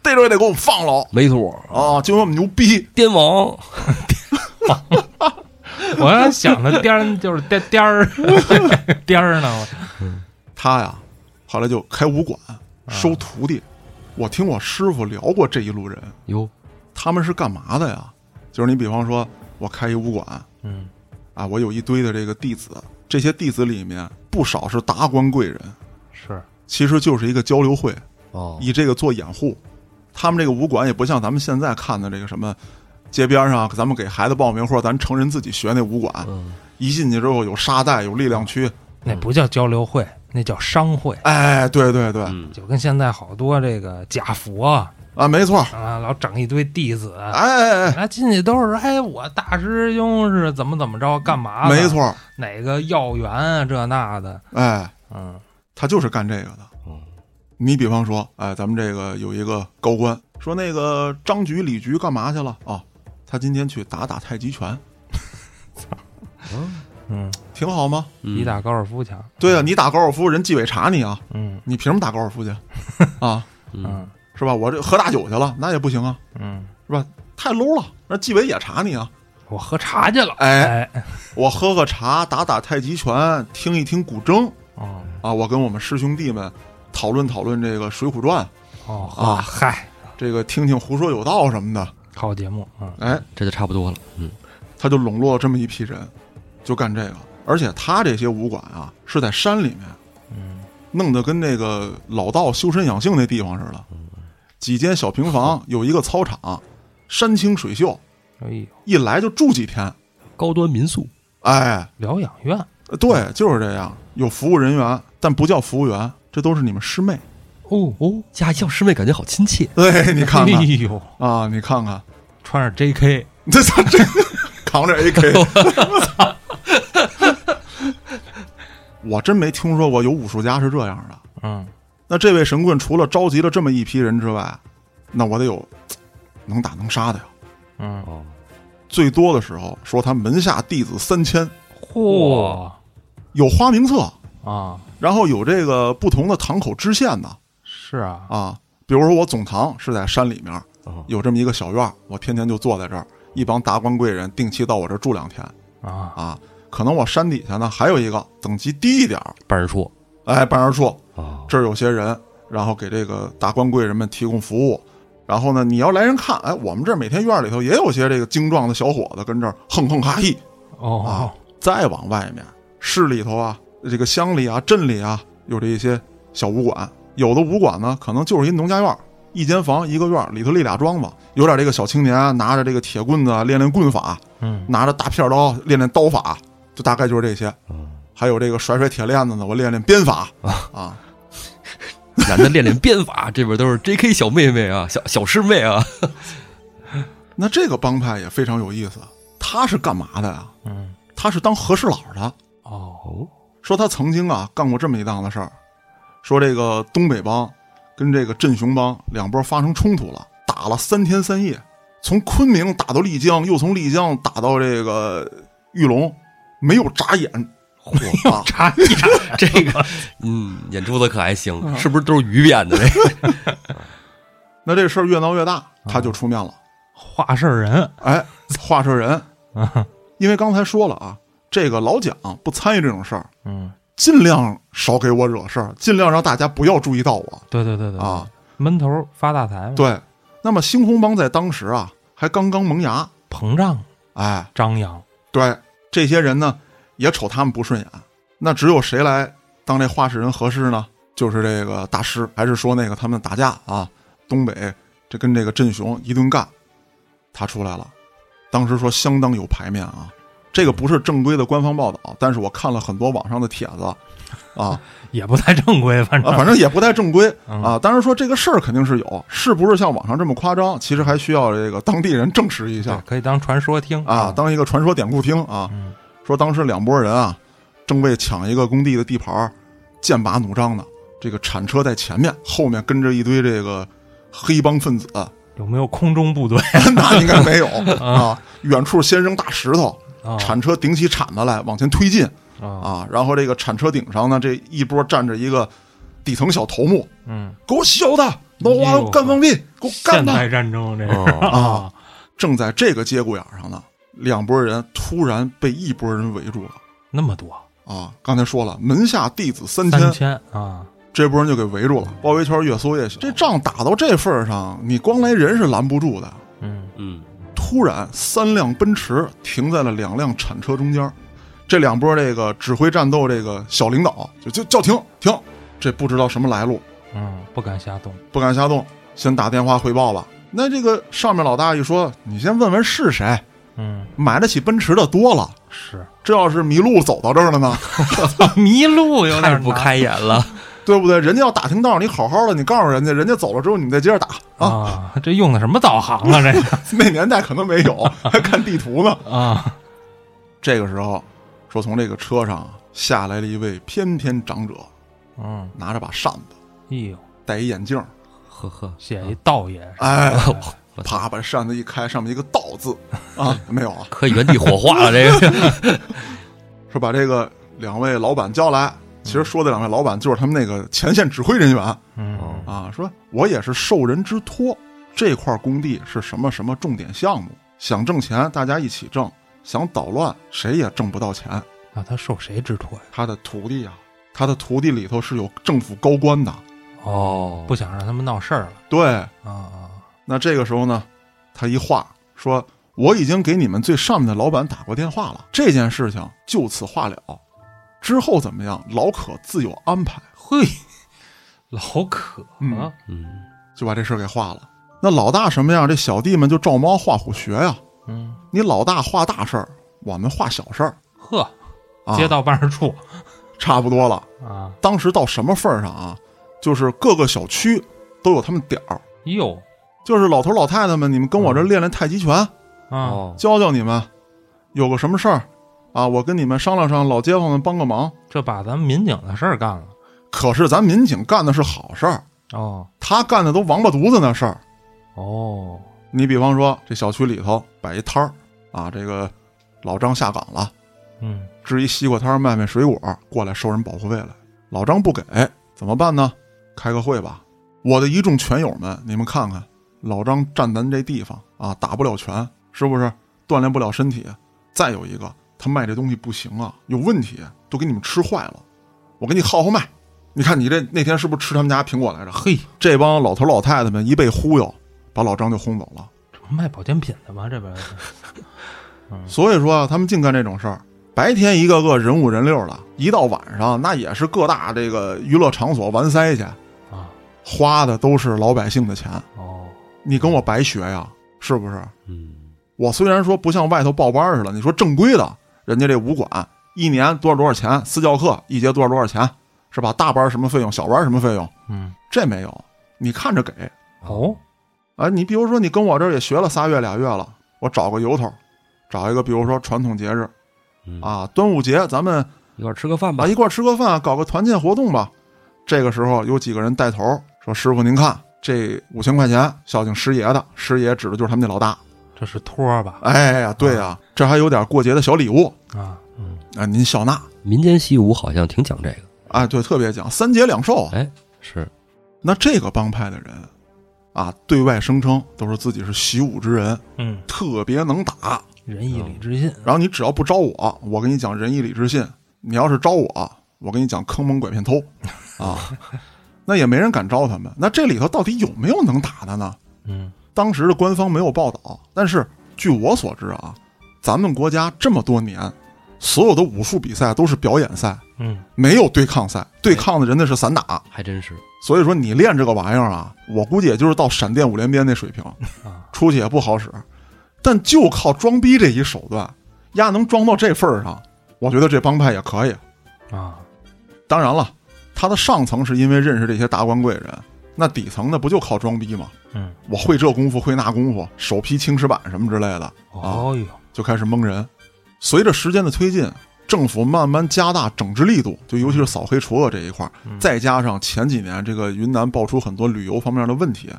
Speaker 1: 逮着也得给我们放了
Speaker 2: 没错啊，
Speaker 1: 啊，就说我们牛逼，
Speaker 2: 滇王
Speaker 3: 我要想的颠儿就是颠颠儿颠儿 呢，我
Speaker 1: 他呀，后来就开武馆收徒弟，我听我师傅聊过这一路人，
Speaker 2: 哟，
Speaker 1: 他们是干嘛的呀？就是你比方说，我开一武馆，
Speaker 3: 嗯，
Speaker 1: 啊，我有一堆的这个弟子，这些弟子里面不少是达官贵人，
Speaker 3: 是
Speaker 1: 其实就是一个交流会，
Speaker 2: 哦，
Speaker 1: 以这个做掩护。他们这个武馆也不像咱们现在看的这个什么街边上，咱们给孩子报名或者咱成人自己学那武馆，
Speaker 2: 嗯，
Speaker 1: 一进去之后有沙袋，有力量区，
Speaker 3: 那不叫交流会，那叫商会，
Speaker 1: 哎，对对对，
Speaker 2: 嗯
Speaker 3: 就跟现在好多这个假佛啊，
Speaker 1: 啊，没错，
Speaker 3: 啊老整一堆弟子，
Speaker 1: 哎哎哎
Speaker 3: 那进去都是哎，我大师兄是怎么怎么着，干
Speaker 1: 哎，
Speaker 3: 嘛？
Speaker 1: 没，错，
Speaker 3: 哪个要员啊，这那的，
Speaker 1: 哎，
Speaker 3: 嗯
Speaker 1: 他就是干这个的。
Speaker 2: 嗯
Speaker 1: 你比方说，哎，咱们这个有一个高官说，那个张局、李局干嘛去了啊？他今天去打打太极拳，
Speaker 3: 嗯，
Speaker 1: 挺好吗？
Speaker 2: 嗯
Speaker 3: 比打高尔夫强，
Speaker 1: 对啊，你打高尔夫，人纪委查你啊，
Speaker 3: 嗯
Speaker 1: 你凭什么打高尔夫 去啊？
Speaker 2: 嗯
Speaker 3: 嗯
Speaker 1: 是吧？我这喝大酒去了，那也不行啊，
Speaker 3: 嗯
Speaker 1: 太 low 了，那纪委也查你啊。
Speaker 3: 我喝茶去了，
Speaker 1: 哎，
Speaker 3: 哎，
Speaker 1: 我喝个茶，打打太极拳，听一听古筝
Speaker 3: 哦
Speaker 1: 啊，我跟我们师兄弟们讨论讨论这个《水浒传》，
Speaker 3: 哦
Speaker 1: 啊
Speaker 3: 啊，嗨，
Speaker 1: 这个听听胡说有道什么的，
Speaker 3: 好节目啊，
Speaker 1: 哎，
Speaker 2: 这就差不多了。嗯，
Speaker 1: 他就笼络了这么一批人，就干这个。而且他这些武馆啊，是在山里面，
Speaker 3: 嗯，
Speaker 1: 弄得跟那个老道修身养性那地方似的，几间小平房，有一个操场，山清水秀，
Speaker 3: 哎呦，
Speaker 1: 一来就住几天。
Speaker 2: 高端民宿，
Speaker 1: 哎，
Speaker 3: 疗养院
Speaker 1: 对，就是这样，有服务人员，但不叫服务员，这都是你们师妹。
Speaker 3: 哦哦，
Speaker 2: 家叫师妹感觉好亲切。
Speaker 1: 对，你看
Speaker 3: 哎
Speaker 1: 看
Speaker 3: 呦，
Speaker 1: 啊，你看看，
Speaker 3: 穿着 J.K.
Speaker 1: 这他这扛着 AK，我真没听说过有武术家是这样的。
Speaker 3: 嗯，
Speaker 1: 那这位神棍除了召集了这么一批人之外，那我得有嘖能打能杀的呀。
Speaker 3: 嗯，
Speaker 2: 哦，
Speaker 1: 最多的时候说他门下弟子三千，
Speaker 3: 嚯
Speaker 1: 有花名册，
Speaker 3: 啊，
Speaker 1: 然后有这个不同的堂口支线的
Speaker 3: 是啊，
Speaker 1: 啊。比如说我总堂是在山里面
Speaker 2: 哦，
Speaker 1: 有这么一个小院儿，我天天就坐在这儿，一帮达官贵人定期到我这儿住两天
Speaker 3: 啊，
Speaker 1: 啊。可能我山底下呢还有一个等级低一点儿，
Speaker 2: 办事处
Speaker 1: 哎，办事处
Speaker 2: 啊，
Speaker 1: 这儿有些人，然后给这个达官贵人们提供服务。然后呢，你要来人看，哎，我们这儿每天院里头也有些这个精壮的小伙子跟这儿哼哼哈嘿。
Speaker 3: 哦，
Speaker 1: 再往外面，市里头啊，这个乡里啊、镇里啊，有这一些小武馆。有的武馆呢，可能就是一农家院儿，一间房一个院儿，里头立俩庄子，有点这个小青年拿着这个铁棍子练练棍法，
Speaker 3: 嗯，
Speaker 1: 拿着大片刀练练刀法，就大概就是这些。
Speaker 2: 嗯
Speaker 1: 还有这个甩甩铁链子呢，我练练鞭法啊。
Speaker 2: 男的练练鞭法，这边都是 J.K. 小妹妹啊，小小师妹啊。
Speaker 1: 那这个帮派也非常有意思，他是干嘛的呀？
Speaker 3: 嗯，
Speaker 1: 他是当和事佬的。
Speaker 3: 哦，
Speaker 1: 说他曾经啊干过这么一档子事儿，说这个东北帮跟这个镇雄帮两波发生冲突了，打了三天三夜，从昆明打到丽江，又从丽江打到这个玉龙，没有眨眼。嚯啊！
Speaker 3: 差一点，
Speaker 2: 这个，嗯，眼珠子可还行，是不是都是鱼变的？这
Speaker 1: 那这事儿越闹越大，他就出面了。
Speaker 3: 话事儿人
Speaker 1: 哎，话事人，
Speaker 3: 啊，
Speaker 1: 因为刚才说了啊，这个老蒋不参与这种事儿，
Speaker 3: 嗯，
Speaker 1: 尽量少给我惹事儿，尽量让大家不要注意到我
Speaker 3: 对对对对，
Speaker 1: 啊。
Speaker 3: 闷头发大财嘛，，
Speaker 1: 对，那么星红帮在当时啊还刚刚萌芽，
Speaker 3: 膨胀
Speaker 1: 哎，
Speaker 3: 张扬，
Speaker 1: 对，这些人呢也瞅他们不顺眼，那只有谁来当这话事人合适呢？就是这个大师，还是说那个他们打架啊，东北这跟这个镇雄一顿干，他出来了，当时说相当有排面啊。这个不是正规的官方报道，但是我看了很多网上的帖子，啊，
Speaker 3: 也不太正规，反
Speaker 1: 啊，
Speaker 3: 正
Speaker 1: 反正也不太正规
Speaker 3: 嗯
Speaker 1: 啊。当然说这个事儿肯定是有，是不是像网上这么夸张？其实还需要这个当地人证实一
Speaker 3: 对
Speaker 1: 下
Speaker 3: 可以当传说听
Speaker 1: 啊，当一个传说典故听啊。
Speaker 3: 嗯
Speaker 1: 说当时两拨人啊，正为抢一个工地的地盘儿，剑拔弩张呢。这个铲车在前面，后面跟着一堆这个黑帮分子，啊
Speaker 3: 有没有空中部队
Speaker 1: 那 应该没有啊。远处先扔大石头，
Speaker 3: 啊？
Speaker 1: 铲车顶起铲子来往前推进
Speaker 3: 啊，
Speaker 1: 啊。然后这个铲车顶上呢，这一波站着一个底层小头目，
Speaker 3: 嗯，
Speaker 1: 给我削他，脑
Speaker 3: 哎
Speaker 1: 瓜
Speaker 3: 呦
Speaker 1: 干放屁，给我干
Speaker 3: 现代
Speaker 1: 他！
Speaker 3: 战争这是
Speaker 2: 哦
Speaker 1: 啊，正在这个节骨眼上呢，两拨人突然被一拨人围住了
Speaker 3: 那么多，
Speaker 1: 啊！刚才说了，门下弟子三千，
Speaker 3: 三千哦啊，
Speaker 1: 这波人就给围住了，包围圈越缩越小。这仗打到这份儿上，你光来人是拦不住的。
Speaker 3: 嗯，
Speaker 2: 嗯，
Speaker 1: 突然，三辆奔驰停在了两辆铲车中间，这两波这个指挥战斗这个小领导就就叫停停，这不知道什么来路，
Speaker 3: 嗯，不敢瞎动，
Speaker 1: 不敢瞎动，先打电话汇报吧。那这个上面老大一说，你先问问是谁，
Speaker 3: 嗯，
Speaker 1: 买得起奔驰的多了，
Speaker 3: 是
Speaker 1: 这要是迷路走到这儿了呢，
Speaker 3: 迷路有点
Speaker 2: 太
Speaker 3: 难
Speaker 2: 不开眼了。
Speaker 1: 对不对？人家要打听道，你好好的，你告诉人家，人家走了之后，你再接着打啊。
Speaker 3: 啊，这用的什么导航啊？这 个
Speaker 1: 那年代可能没有，还看地图呢。
Speaker 3: 啊，
Speaker 1: 这个时候，说从这个车上下来了一位翩翩长者，
Speaker 3: 嗯，
Speaker 1: 拿着把扇子，
Speaker 3: 哎呦，
Speaker 1: 戴一眼镜，
Speaker 2: 呵呵，
Speaker 3: 写一道爷是吧
Speaker 1: 哎，
Speaker 2: 哦我操
Speaker 1: 啪把扇子一开，上面一个“道”字 啊，没有啊，
Speaker 2: 可以原地火化了。这个
Speaker 1: 是把这个两位老板叫来。其实说的两位老板就是他们那个前线指挥人员
Speaker 3: 嗯，
Speaker 1: 啊，说我也是受人之托，这块工地是什么什么重点项目，想挣钱，大家一起挣；想捣乱，谁也挣不到钱。
Speaker 3: 那他受谁之托呀？
Speaker 1: 他的徒弟啊，他的徒弟里头是有政府高官的。
Speaker 2: 哦，
Speaker 3: 不想让他们闹事儿了
Speaker 1: 对，
Speaker 3: 啊啊！
Speaker 1: 那这个时候呢，他一话说：“我已经给你们最上面的老板打过电话了，这件事情就此化了。之后怎么样，老可自有安排。
Speaker 3: 嘿，老可
Speaker 1: 嗯
Speaker 2: 嗯，”
Speaker 1: 就把这事儿给化了。那老大什么样，这小弟们就照猫画虎学呀、
Speaker 3: 嗯，
Speaker 1: 你老大画大事儿，我们画小事儿，
Speaker 3: 呵，
Speaker 1: 啊、
Speaker 3: 街道办事处
Speaker 1: 差不多了。
Speaker 3: 啊，
Speaker 1: 当时到什么份儿上啊？就是各个小区都有他们点儿，
Speaker 3: 哟
Speaker 1: 就是老头老太太们，你们跟我
Speaker 3: 嗯
Speaker 1: 这儿练练太极拳，
Speaker 3: 啊，
Speaker 2: 哦，
Speaker 1: 教教你们，有个什么事儿啊，我跟你们商量商量，老街坊们帮个忙。
Speaker 3: 这把咱们民警的事儿干了
Speaker 1: 可是咱民警干的是好事儿，
Speaker 3: 哦
Speaker 1: 他干的都王八犊子那事儿。
Speaker 3: 哦，
Speaker 1: 你比方说，这小区里头摆一摊儿啊，这个老张下岗了，
Speaker 3: 嗯
Speaker 1: 支一西瓜摊儿卖卖水果，过来收人保护费来。老张不给，怎么办呢？开个会吧。我的一众拳友们，你们看看，老张站咱这地方啊，打不了拳，是不是？锻炼不了身体。再有一个，他卖这东西不行啊，有问题，都给你们吃坏了。我给你耗耗卖。你看你这那天是不是吃他们家苹果来着？
Speaker 3: 嘿，
Speaker 1: 这帮老头老太太们一被忽悠，把老张就轰走了。
Speaker 3: 这不卖保健品的吗？这边是
Speaker 1: 所以说啊，他们净干这种事儿。白天一个个人五人六的，一到晚上那也是各大这个娱乐场所玩塞去，
Speaker 3: 啊
Speaker 1: 花的都是老百姓的钱。
Speaker 3: 哦，
Speaker 1: 你跟我白学呀，是不是？
Speaker 2: 嗯，
Speaker 1: 我虽然说不像外头报班似的，你说正规的，人家这武馆一年多少多少钱，私教课一节多少多少钱，是吧？大班什么费用，小班什么费用，
Speaker 3: 嗯
Speaker 1: 这没有，你看着给。
Speaker 3: 哦，
Speaker 1: 啊，你比如说你跟我这儿也学了仨月俩月了，我找个由头，找一个比如说传统节日
Speaker 2: 嗯，
Speaker 1: 啊，端午节咱们
Speaker 2: 一块儿吃个饭吧
Speaker 1: 啊，一块儿吃个饭，搞个团建活动吧。这个时候有几个人带头说：“师傅，您看这五千块钱孝敬师爷的，师爷指的就是他们那老大。
Speaker 3: 这是托儿”吧？
Speaker 1: 哎呀，对呀、这还有点过节的小礼物
Speaker 3: 啊，嗯，
Speaker 1: 啊，您笑纳
Speaker 2: 民间习武好像挺讲这个，
Speaker 1: 啊，对，特别讲三节两寿啊。
Speaker 2: 哎，是，
Speaker 1: 那这个帮派的人啊，对外声称都是自己是习武之人，
Speaker 3: 嗯，
Speaker 1: 特别能打。
Speaker 3: 仁义礼智信，
Speaker 1: 然后你只要不招我，我跟你讲仁义礼智信；你要是招我，我跟你讲坑蒙拐骗偷，啊，那也没人敢招他们。那这里头到底有没有能打的呢？
Speaker 3: 嗯
Speaker 1: 当时的官方没有报道，但是据我所知啊，咱们国家这么多年，所有的武术比赛都是表演赛，
Speaker 3: 嗯，
Speaker 1: 没有对抗赛，对抗的人那是散打。
Speaker 2: 还真是，
Speaker 1: 所以说你练这个玩意儿啊，我估计也就是到闪电五连鞭那水平
Speaker 3: 啊，
Speaker 1: 出去也不好使。但就靠装逼这一手段，丫能装到这份儿上，我觉得这帮派也可以。
Speaker 3: 啊，
Speaker 1: 当然了，他的上层是因为认识这些达官贵人，那底层那不就靠装逼吗？
Speaker 3: 嗯，
Speaker 1: 我会这功夫，会那功夫，手劈青石板什么之类的，
Speaker 3: 哦哟，
Speaker 1: 就开始蒙人。随着时间的推进，政府慢慢加大整治力度，就尤其是扫黑除恶这一块儿，
Speaker 3: 嗯
Speaker 1: 再加上前几年这个云南爆出很多旅游方面的问题，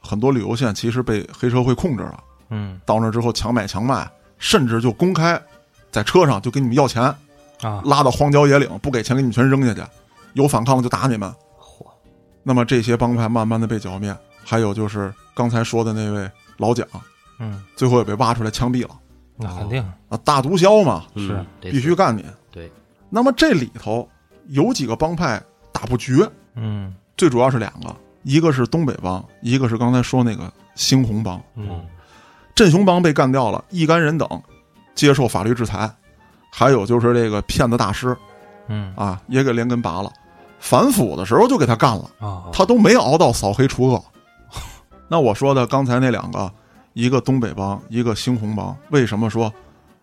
Speaker 1: 很多旅游线其实被黑社会控制了。
Speaker 3: 嗯
Speaker 1: 到那之后强买强卖，甚至就公开在车上就给你们要钱，
Speaker 3: 啊，
Speaker 1: 拉到荒郊野岭，不给钱给你们全扔下去，有反抗的就打你们。
Speaker 2: 嚯，
Speaker 1: 那么这些帮派慢慢的被剿灭，还有就是刚才说的那位老蒋，
Speaker 3: 嗯，
Speaker 1: 最后也被挖出来枪毙了。
Speaker 3: 那肯定
Speaker 1: 啊，大毒枭嘛，
Speaker 2: 嗯
Speaker 3: 是
Speaker 2: 得
Speaker 1: 必须干你。
Speaker 2: 对，
Speaker 1: 那么这里头有几个帮派打不绝，
Speaker 3: 嗯
Speaker 1: 最主要是两个，一个是东北帮，一个是刚才说那个兴红帮。
Speaker 3: 嗯，
Speaker 1: 镇雄帮被干掉了，一干人等接受法律制裁。还有就是这个骗子大师
Speaker 3: 嗯
Speaker 1: 啊，也给连根拔了。反腐的时候就给他干了，
Speaker 3: 啊，
Speaker 1: 他都没熬到扫黑除恶。 那我说的刚才那两个，一个东北帮，一个兴红帮，为什么说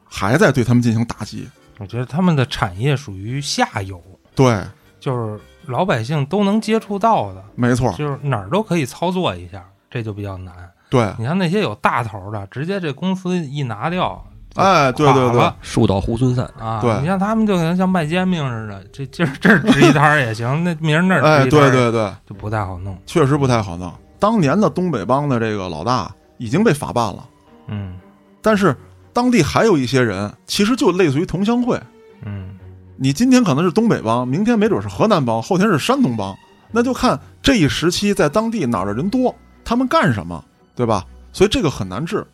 Speaker 1: 还在对他们进行打击？
Speaker 3: 我觉得他们的产业属于下游，
Speaker 1: 对，
Speaker 3: 就是老百姓都能接触到的，
Speaker 1: 没错，
Speaker 3: 就是哪儿都可以操作一下，这就比较难。
Speaker 1: 对，
Speaker 3: 你像那些有大头的，直接这公司一拿掉，
Speaker 1: 哎，对对
Speaker 3: 垮
Speaker 1: 对
Speaker 3: 了，
Speaker 2: 树倒猢狲散，
Speaker 3: 啊，
Speaker 1: 对
Speaker 3: 你像他们就可能像卖煎饼似的，这今儿这儿支一摊儿 也行，那明儿那儿
Speaker 1: 哎，
Speaker 3: 支一摊
Speaker 1: 对
Speaker 3: 儿
Speaker 1: 对哎对，
Speaker 3: 就不太好弄。
Speaker 1: 确实不太好弄。当年的东北帮的这个老大已经被法办了，
Speaker 3: 嗯
Speaker 1: 但是当地还有一些人，其实就类似于同乡会。
Speaker 3: 嗯
Speaker 1: 你今天可能是东北帮，明天没准是河南帮，后天是山东帮，那就看这一时期在当地哪儿的人多，他们干什么，对吧？所以这个很难治。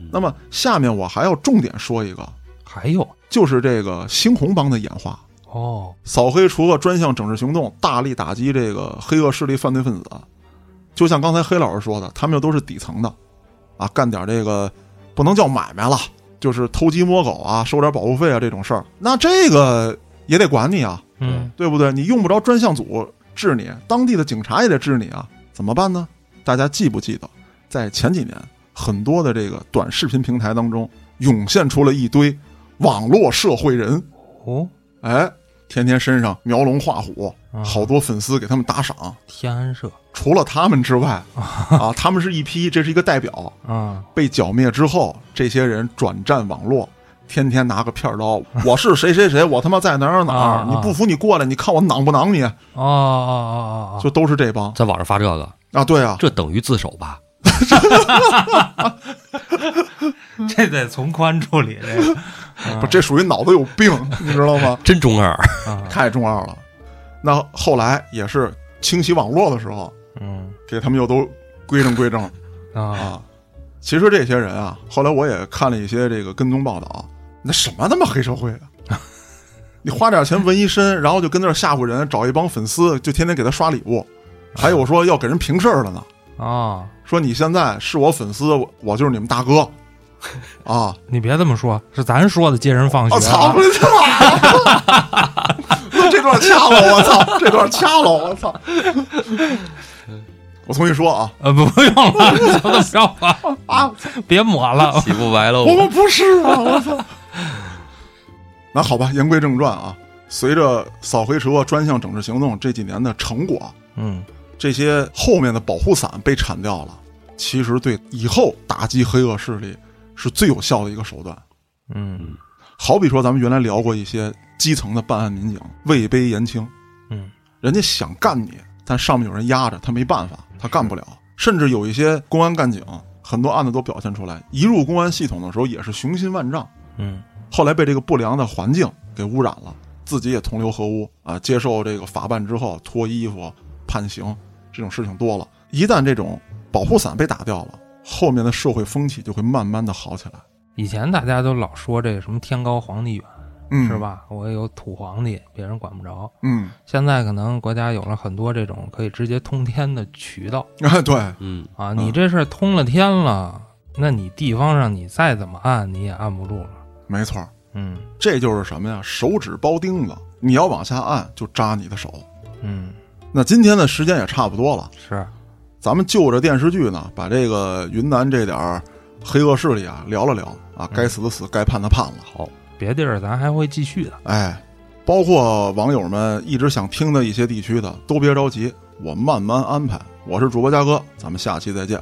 Speaker 2: 嗯
Speaker 1: 那么下面我还要重点说一个，
Speaker 3: 还有
Speaker 1: 就是这个猩红帮的演化。
Speaker 3: 哦，
Speaker 1: 扫黑除恶专项整治行动，大力打击这个黑恶势力犯罪分子。啊就像刚才黑老师说的，他们又都是底层的，啊，干点这个不能叫买卖了，就是偷鸡摸狗啊，收点保护费啊这种事儿。那这个也得管你啊，
Speaker 3: 嗯，
Speaker 1: 对不对？你用不着专项组治你，当地的警察也得治你啊，怎么办呢？大家记不记得，在前几年，很多的这个短视频平台当中涌现出了一堆网络社会人，
Speaker 3: 哦，
Speaker 1: 哎，天天身上描龙画虎，
Speaker 3: 啊
Speaker 1: 好多粉丝给他们打赏。
Speaker 3: 天安社
Speaker 1: 除了他们之 外，啊，他们是一批，这是一个代表。
Speaker 3: 啊，
Speaker 1: 被剿灭之后，这些人转战网络，天天拿个片儿刀，我是谁谁谁，我他妈在哪儿哪儿，
Speaker 3: 啊
Speaker 1: 你不服你过来，你看我囊不囊你，
Speaker 3: 哦哦哦哦哦，
Speaker 1: 就都是这帮
Speaker 2: 在网上发这个，
Speaker 1: 啊，对啊，
Speaker 2: 这等于自首吧？
Speaker 3: 这得从宽处理 这个，啊
Speaker 1: 不，这属于脑子有病， 你知道吗？
Speaker 2: 真中二，
Speaker 3: 啊，
Speaker 1: 太中二了。那后来也是清洗网络的时候，
Speaker 3: 嗯
Speaker 1: 给他们又都归正归正，
Speaker 3: 啊，
Speaker 1: 啊，其实这些人啊，后来我也看了一些这个跟踪报道，那什么他妈黑社会啊！ 你花点钱纹一身，然后就跟那儿吓唬人，找一帮粉丝就天天给他刷礼物，还有说要给人平事儿了呢，
Speaker 3: 哦，
Speaker 1: 说你现在是我粉丝，我我就是你们大哥。啊！
Speaker 3: 你别这么说，是咱说的接人放
Speaker 1: 我、
Speaker 3: 学
Speaker 1: 操！
Speaker 3: 啊
Speaker 1: 我，操！ 这段掐了，我操！这段掐了，我操！我重新说啊
Speaker 3: 呃，不不用了，就这么着吧，
Speaker 1: 啊！
Speaker 3: 别抹了，
Speaker 2: 洗不白喽
Speaker 1: 我们不是啊！我操！那好吧，言归正传啊。随着扫黑除恶专项整治行动这几年的成果，
Speaker 3: 嗯，
Speaker 1: 这些后面的保护伞被铲掉了，其实对以后打击黑恶势力是最有效的一个手段。
Speaker 3: 嗯
Speaker 1: 好比说，咱们原来聊过一些基层的办案民警位卑言轻，
Speaker 3: 嗯，
Speaker 1: 人家想干你，但上面有人压着，他没办法，他干不了。甚至有一些公安干警，很多案子都表现出来，一入公安系统的时候也是雄心万丈，
Speaker 3: 嗯
Speaker 1: 后来被这个不良的环境给污染了，自己也同流合污啊，接受这个法办之后脱衣服、判刑这种事情多了。一旦这种保护伞被打掉了，后面的社会风气就会慢慢的好起来，
Speaker 3: 以前大家都老说这什么天高皇帝远
Speaker 1: 嗯，
Speaker 3: 是？吧？我有土皇帝，别人管不着。
Speaker 1: 嗯，
Speaker 3: 现在可能国家有了很多这种可以直接通天的渠道
Speaker 1: 啊，对，
Speaker 2: 嗯，
Speaker 3: 啊，你这事儿通了天了，那你地方上你再怎么按你也按不住了。
Speaker 1: 没错儿，
Speaker 3: 嗯
Speaker 1: 这就是什么呀？手指包钉子，你要往下按就扎你的手。
Speaker 3: 嗯，
Speaker 1: 那今天的时间也差不多了，
Speaker 3: 是
Speaker 1: 咱们就着电视剧呢，把这个云南这点儿黑恶势力啊聊了聊啊，该死的死，该判的判了。
Speaker 2: 好，
Speaker 3: 别地儿咱还会继续的。
Speaker 1: 哎，包括网友们一直想听的一些地区的，都别着急，我慢慢安排。我是主播嘉哥，咱们下期再见。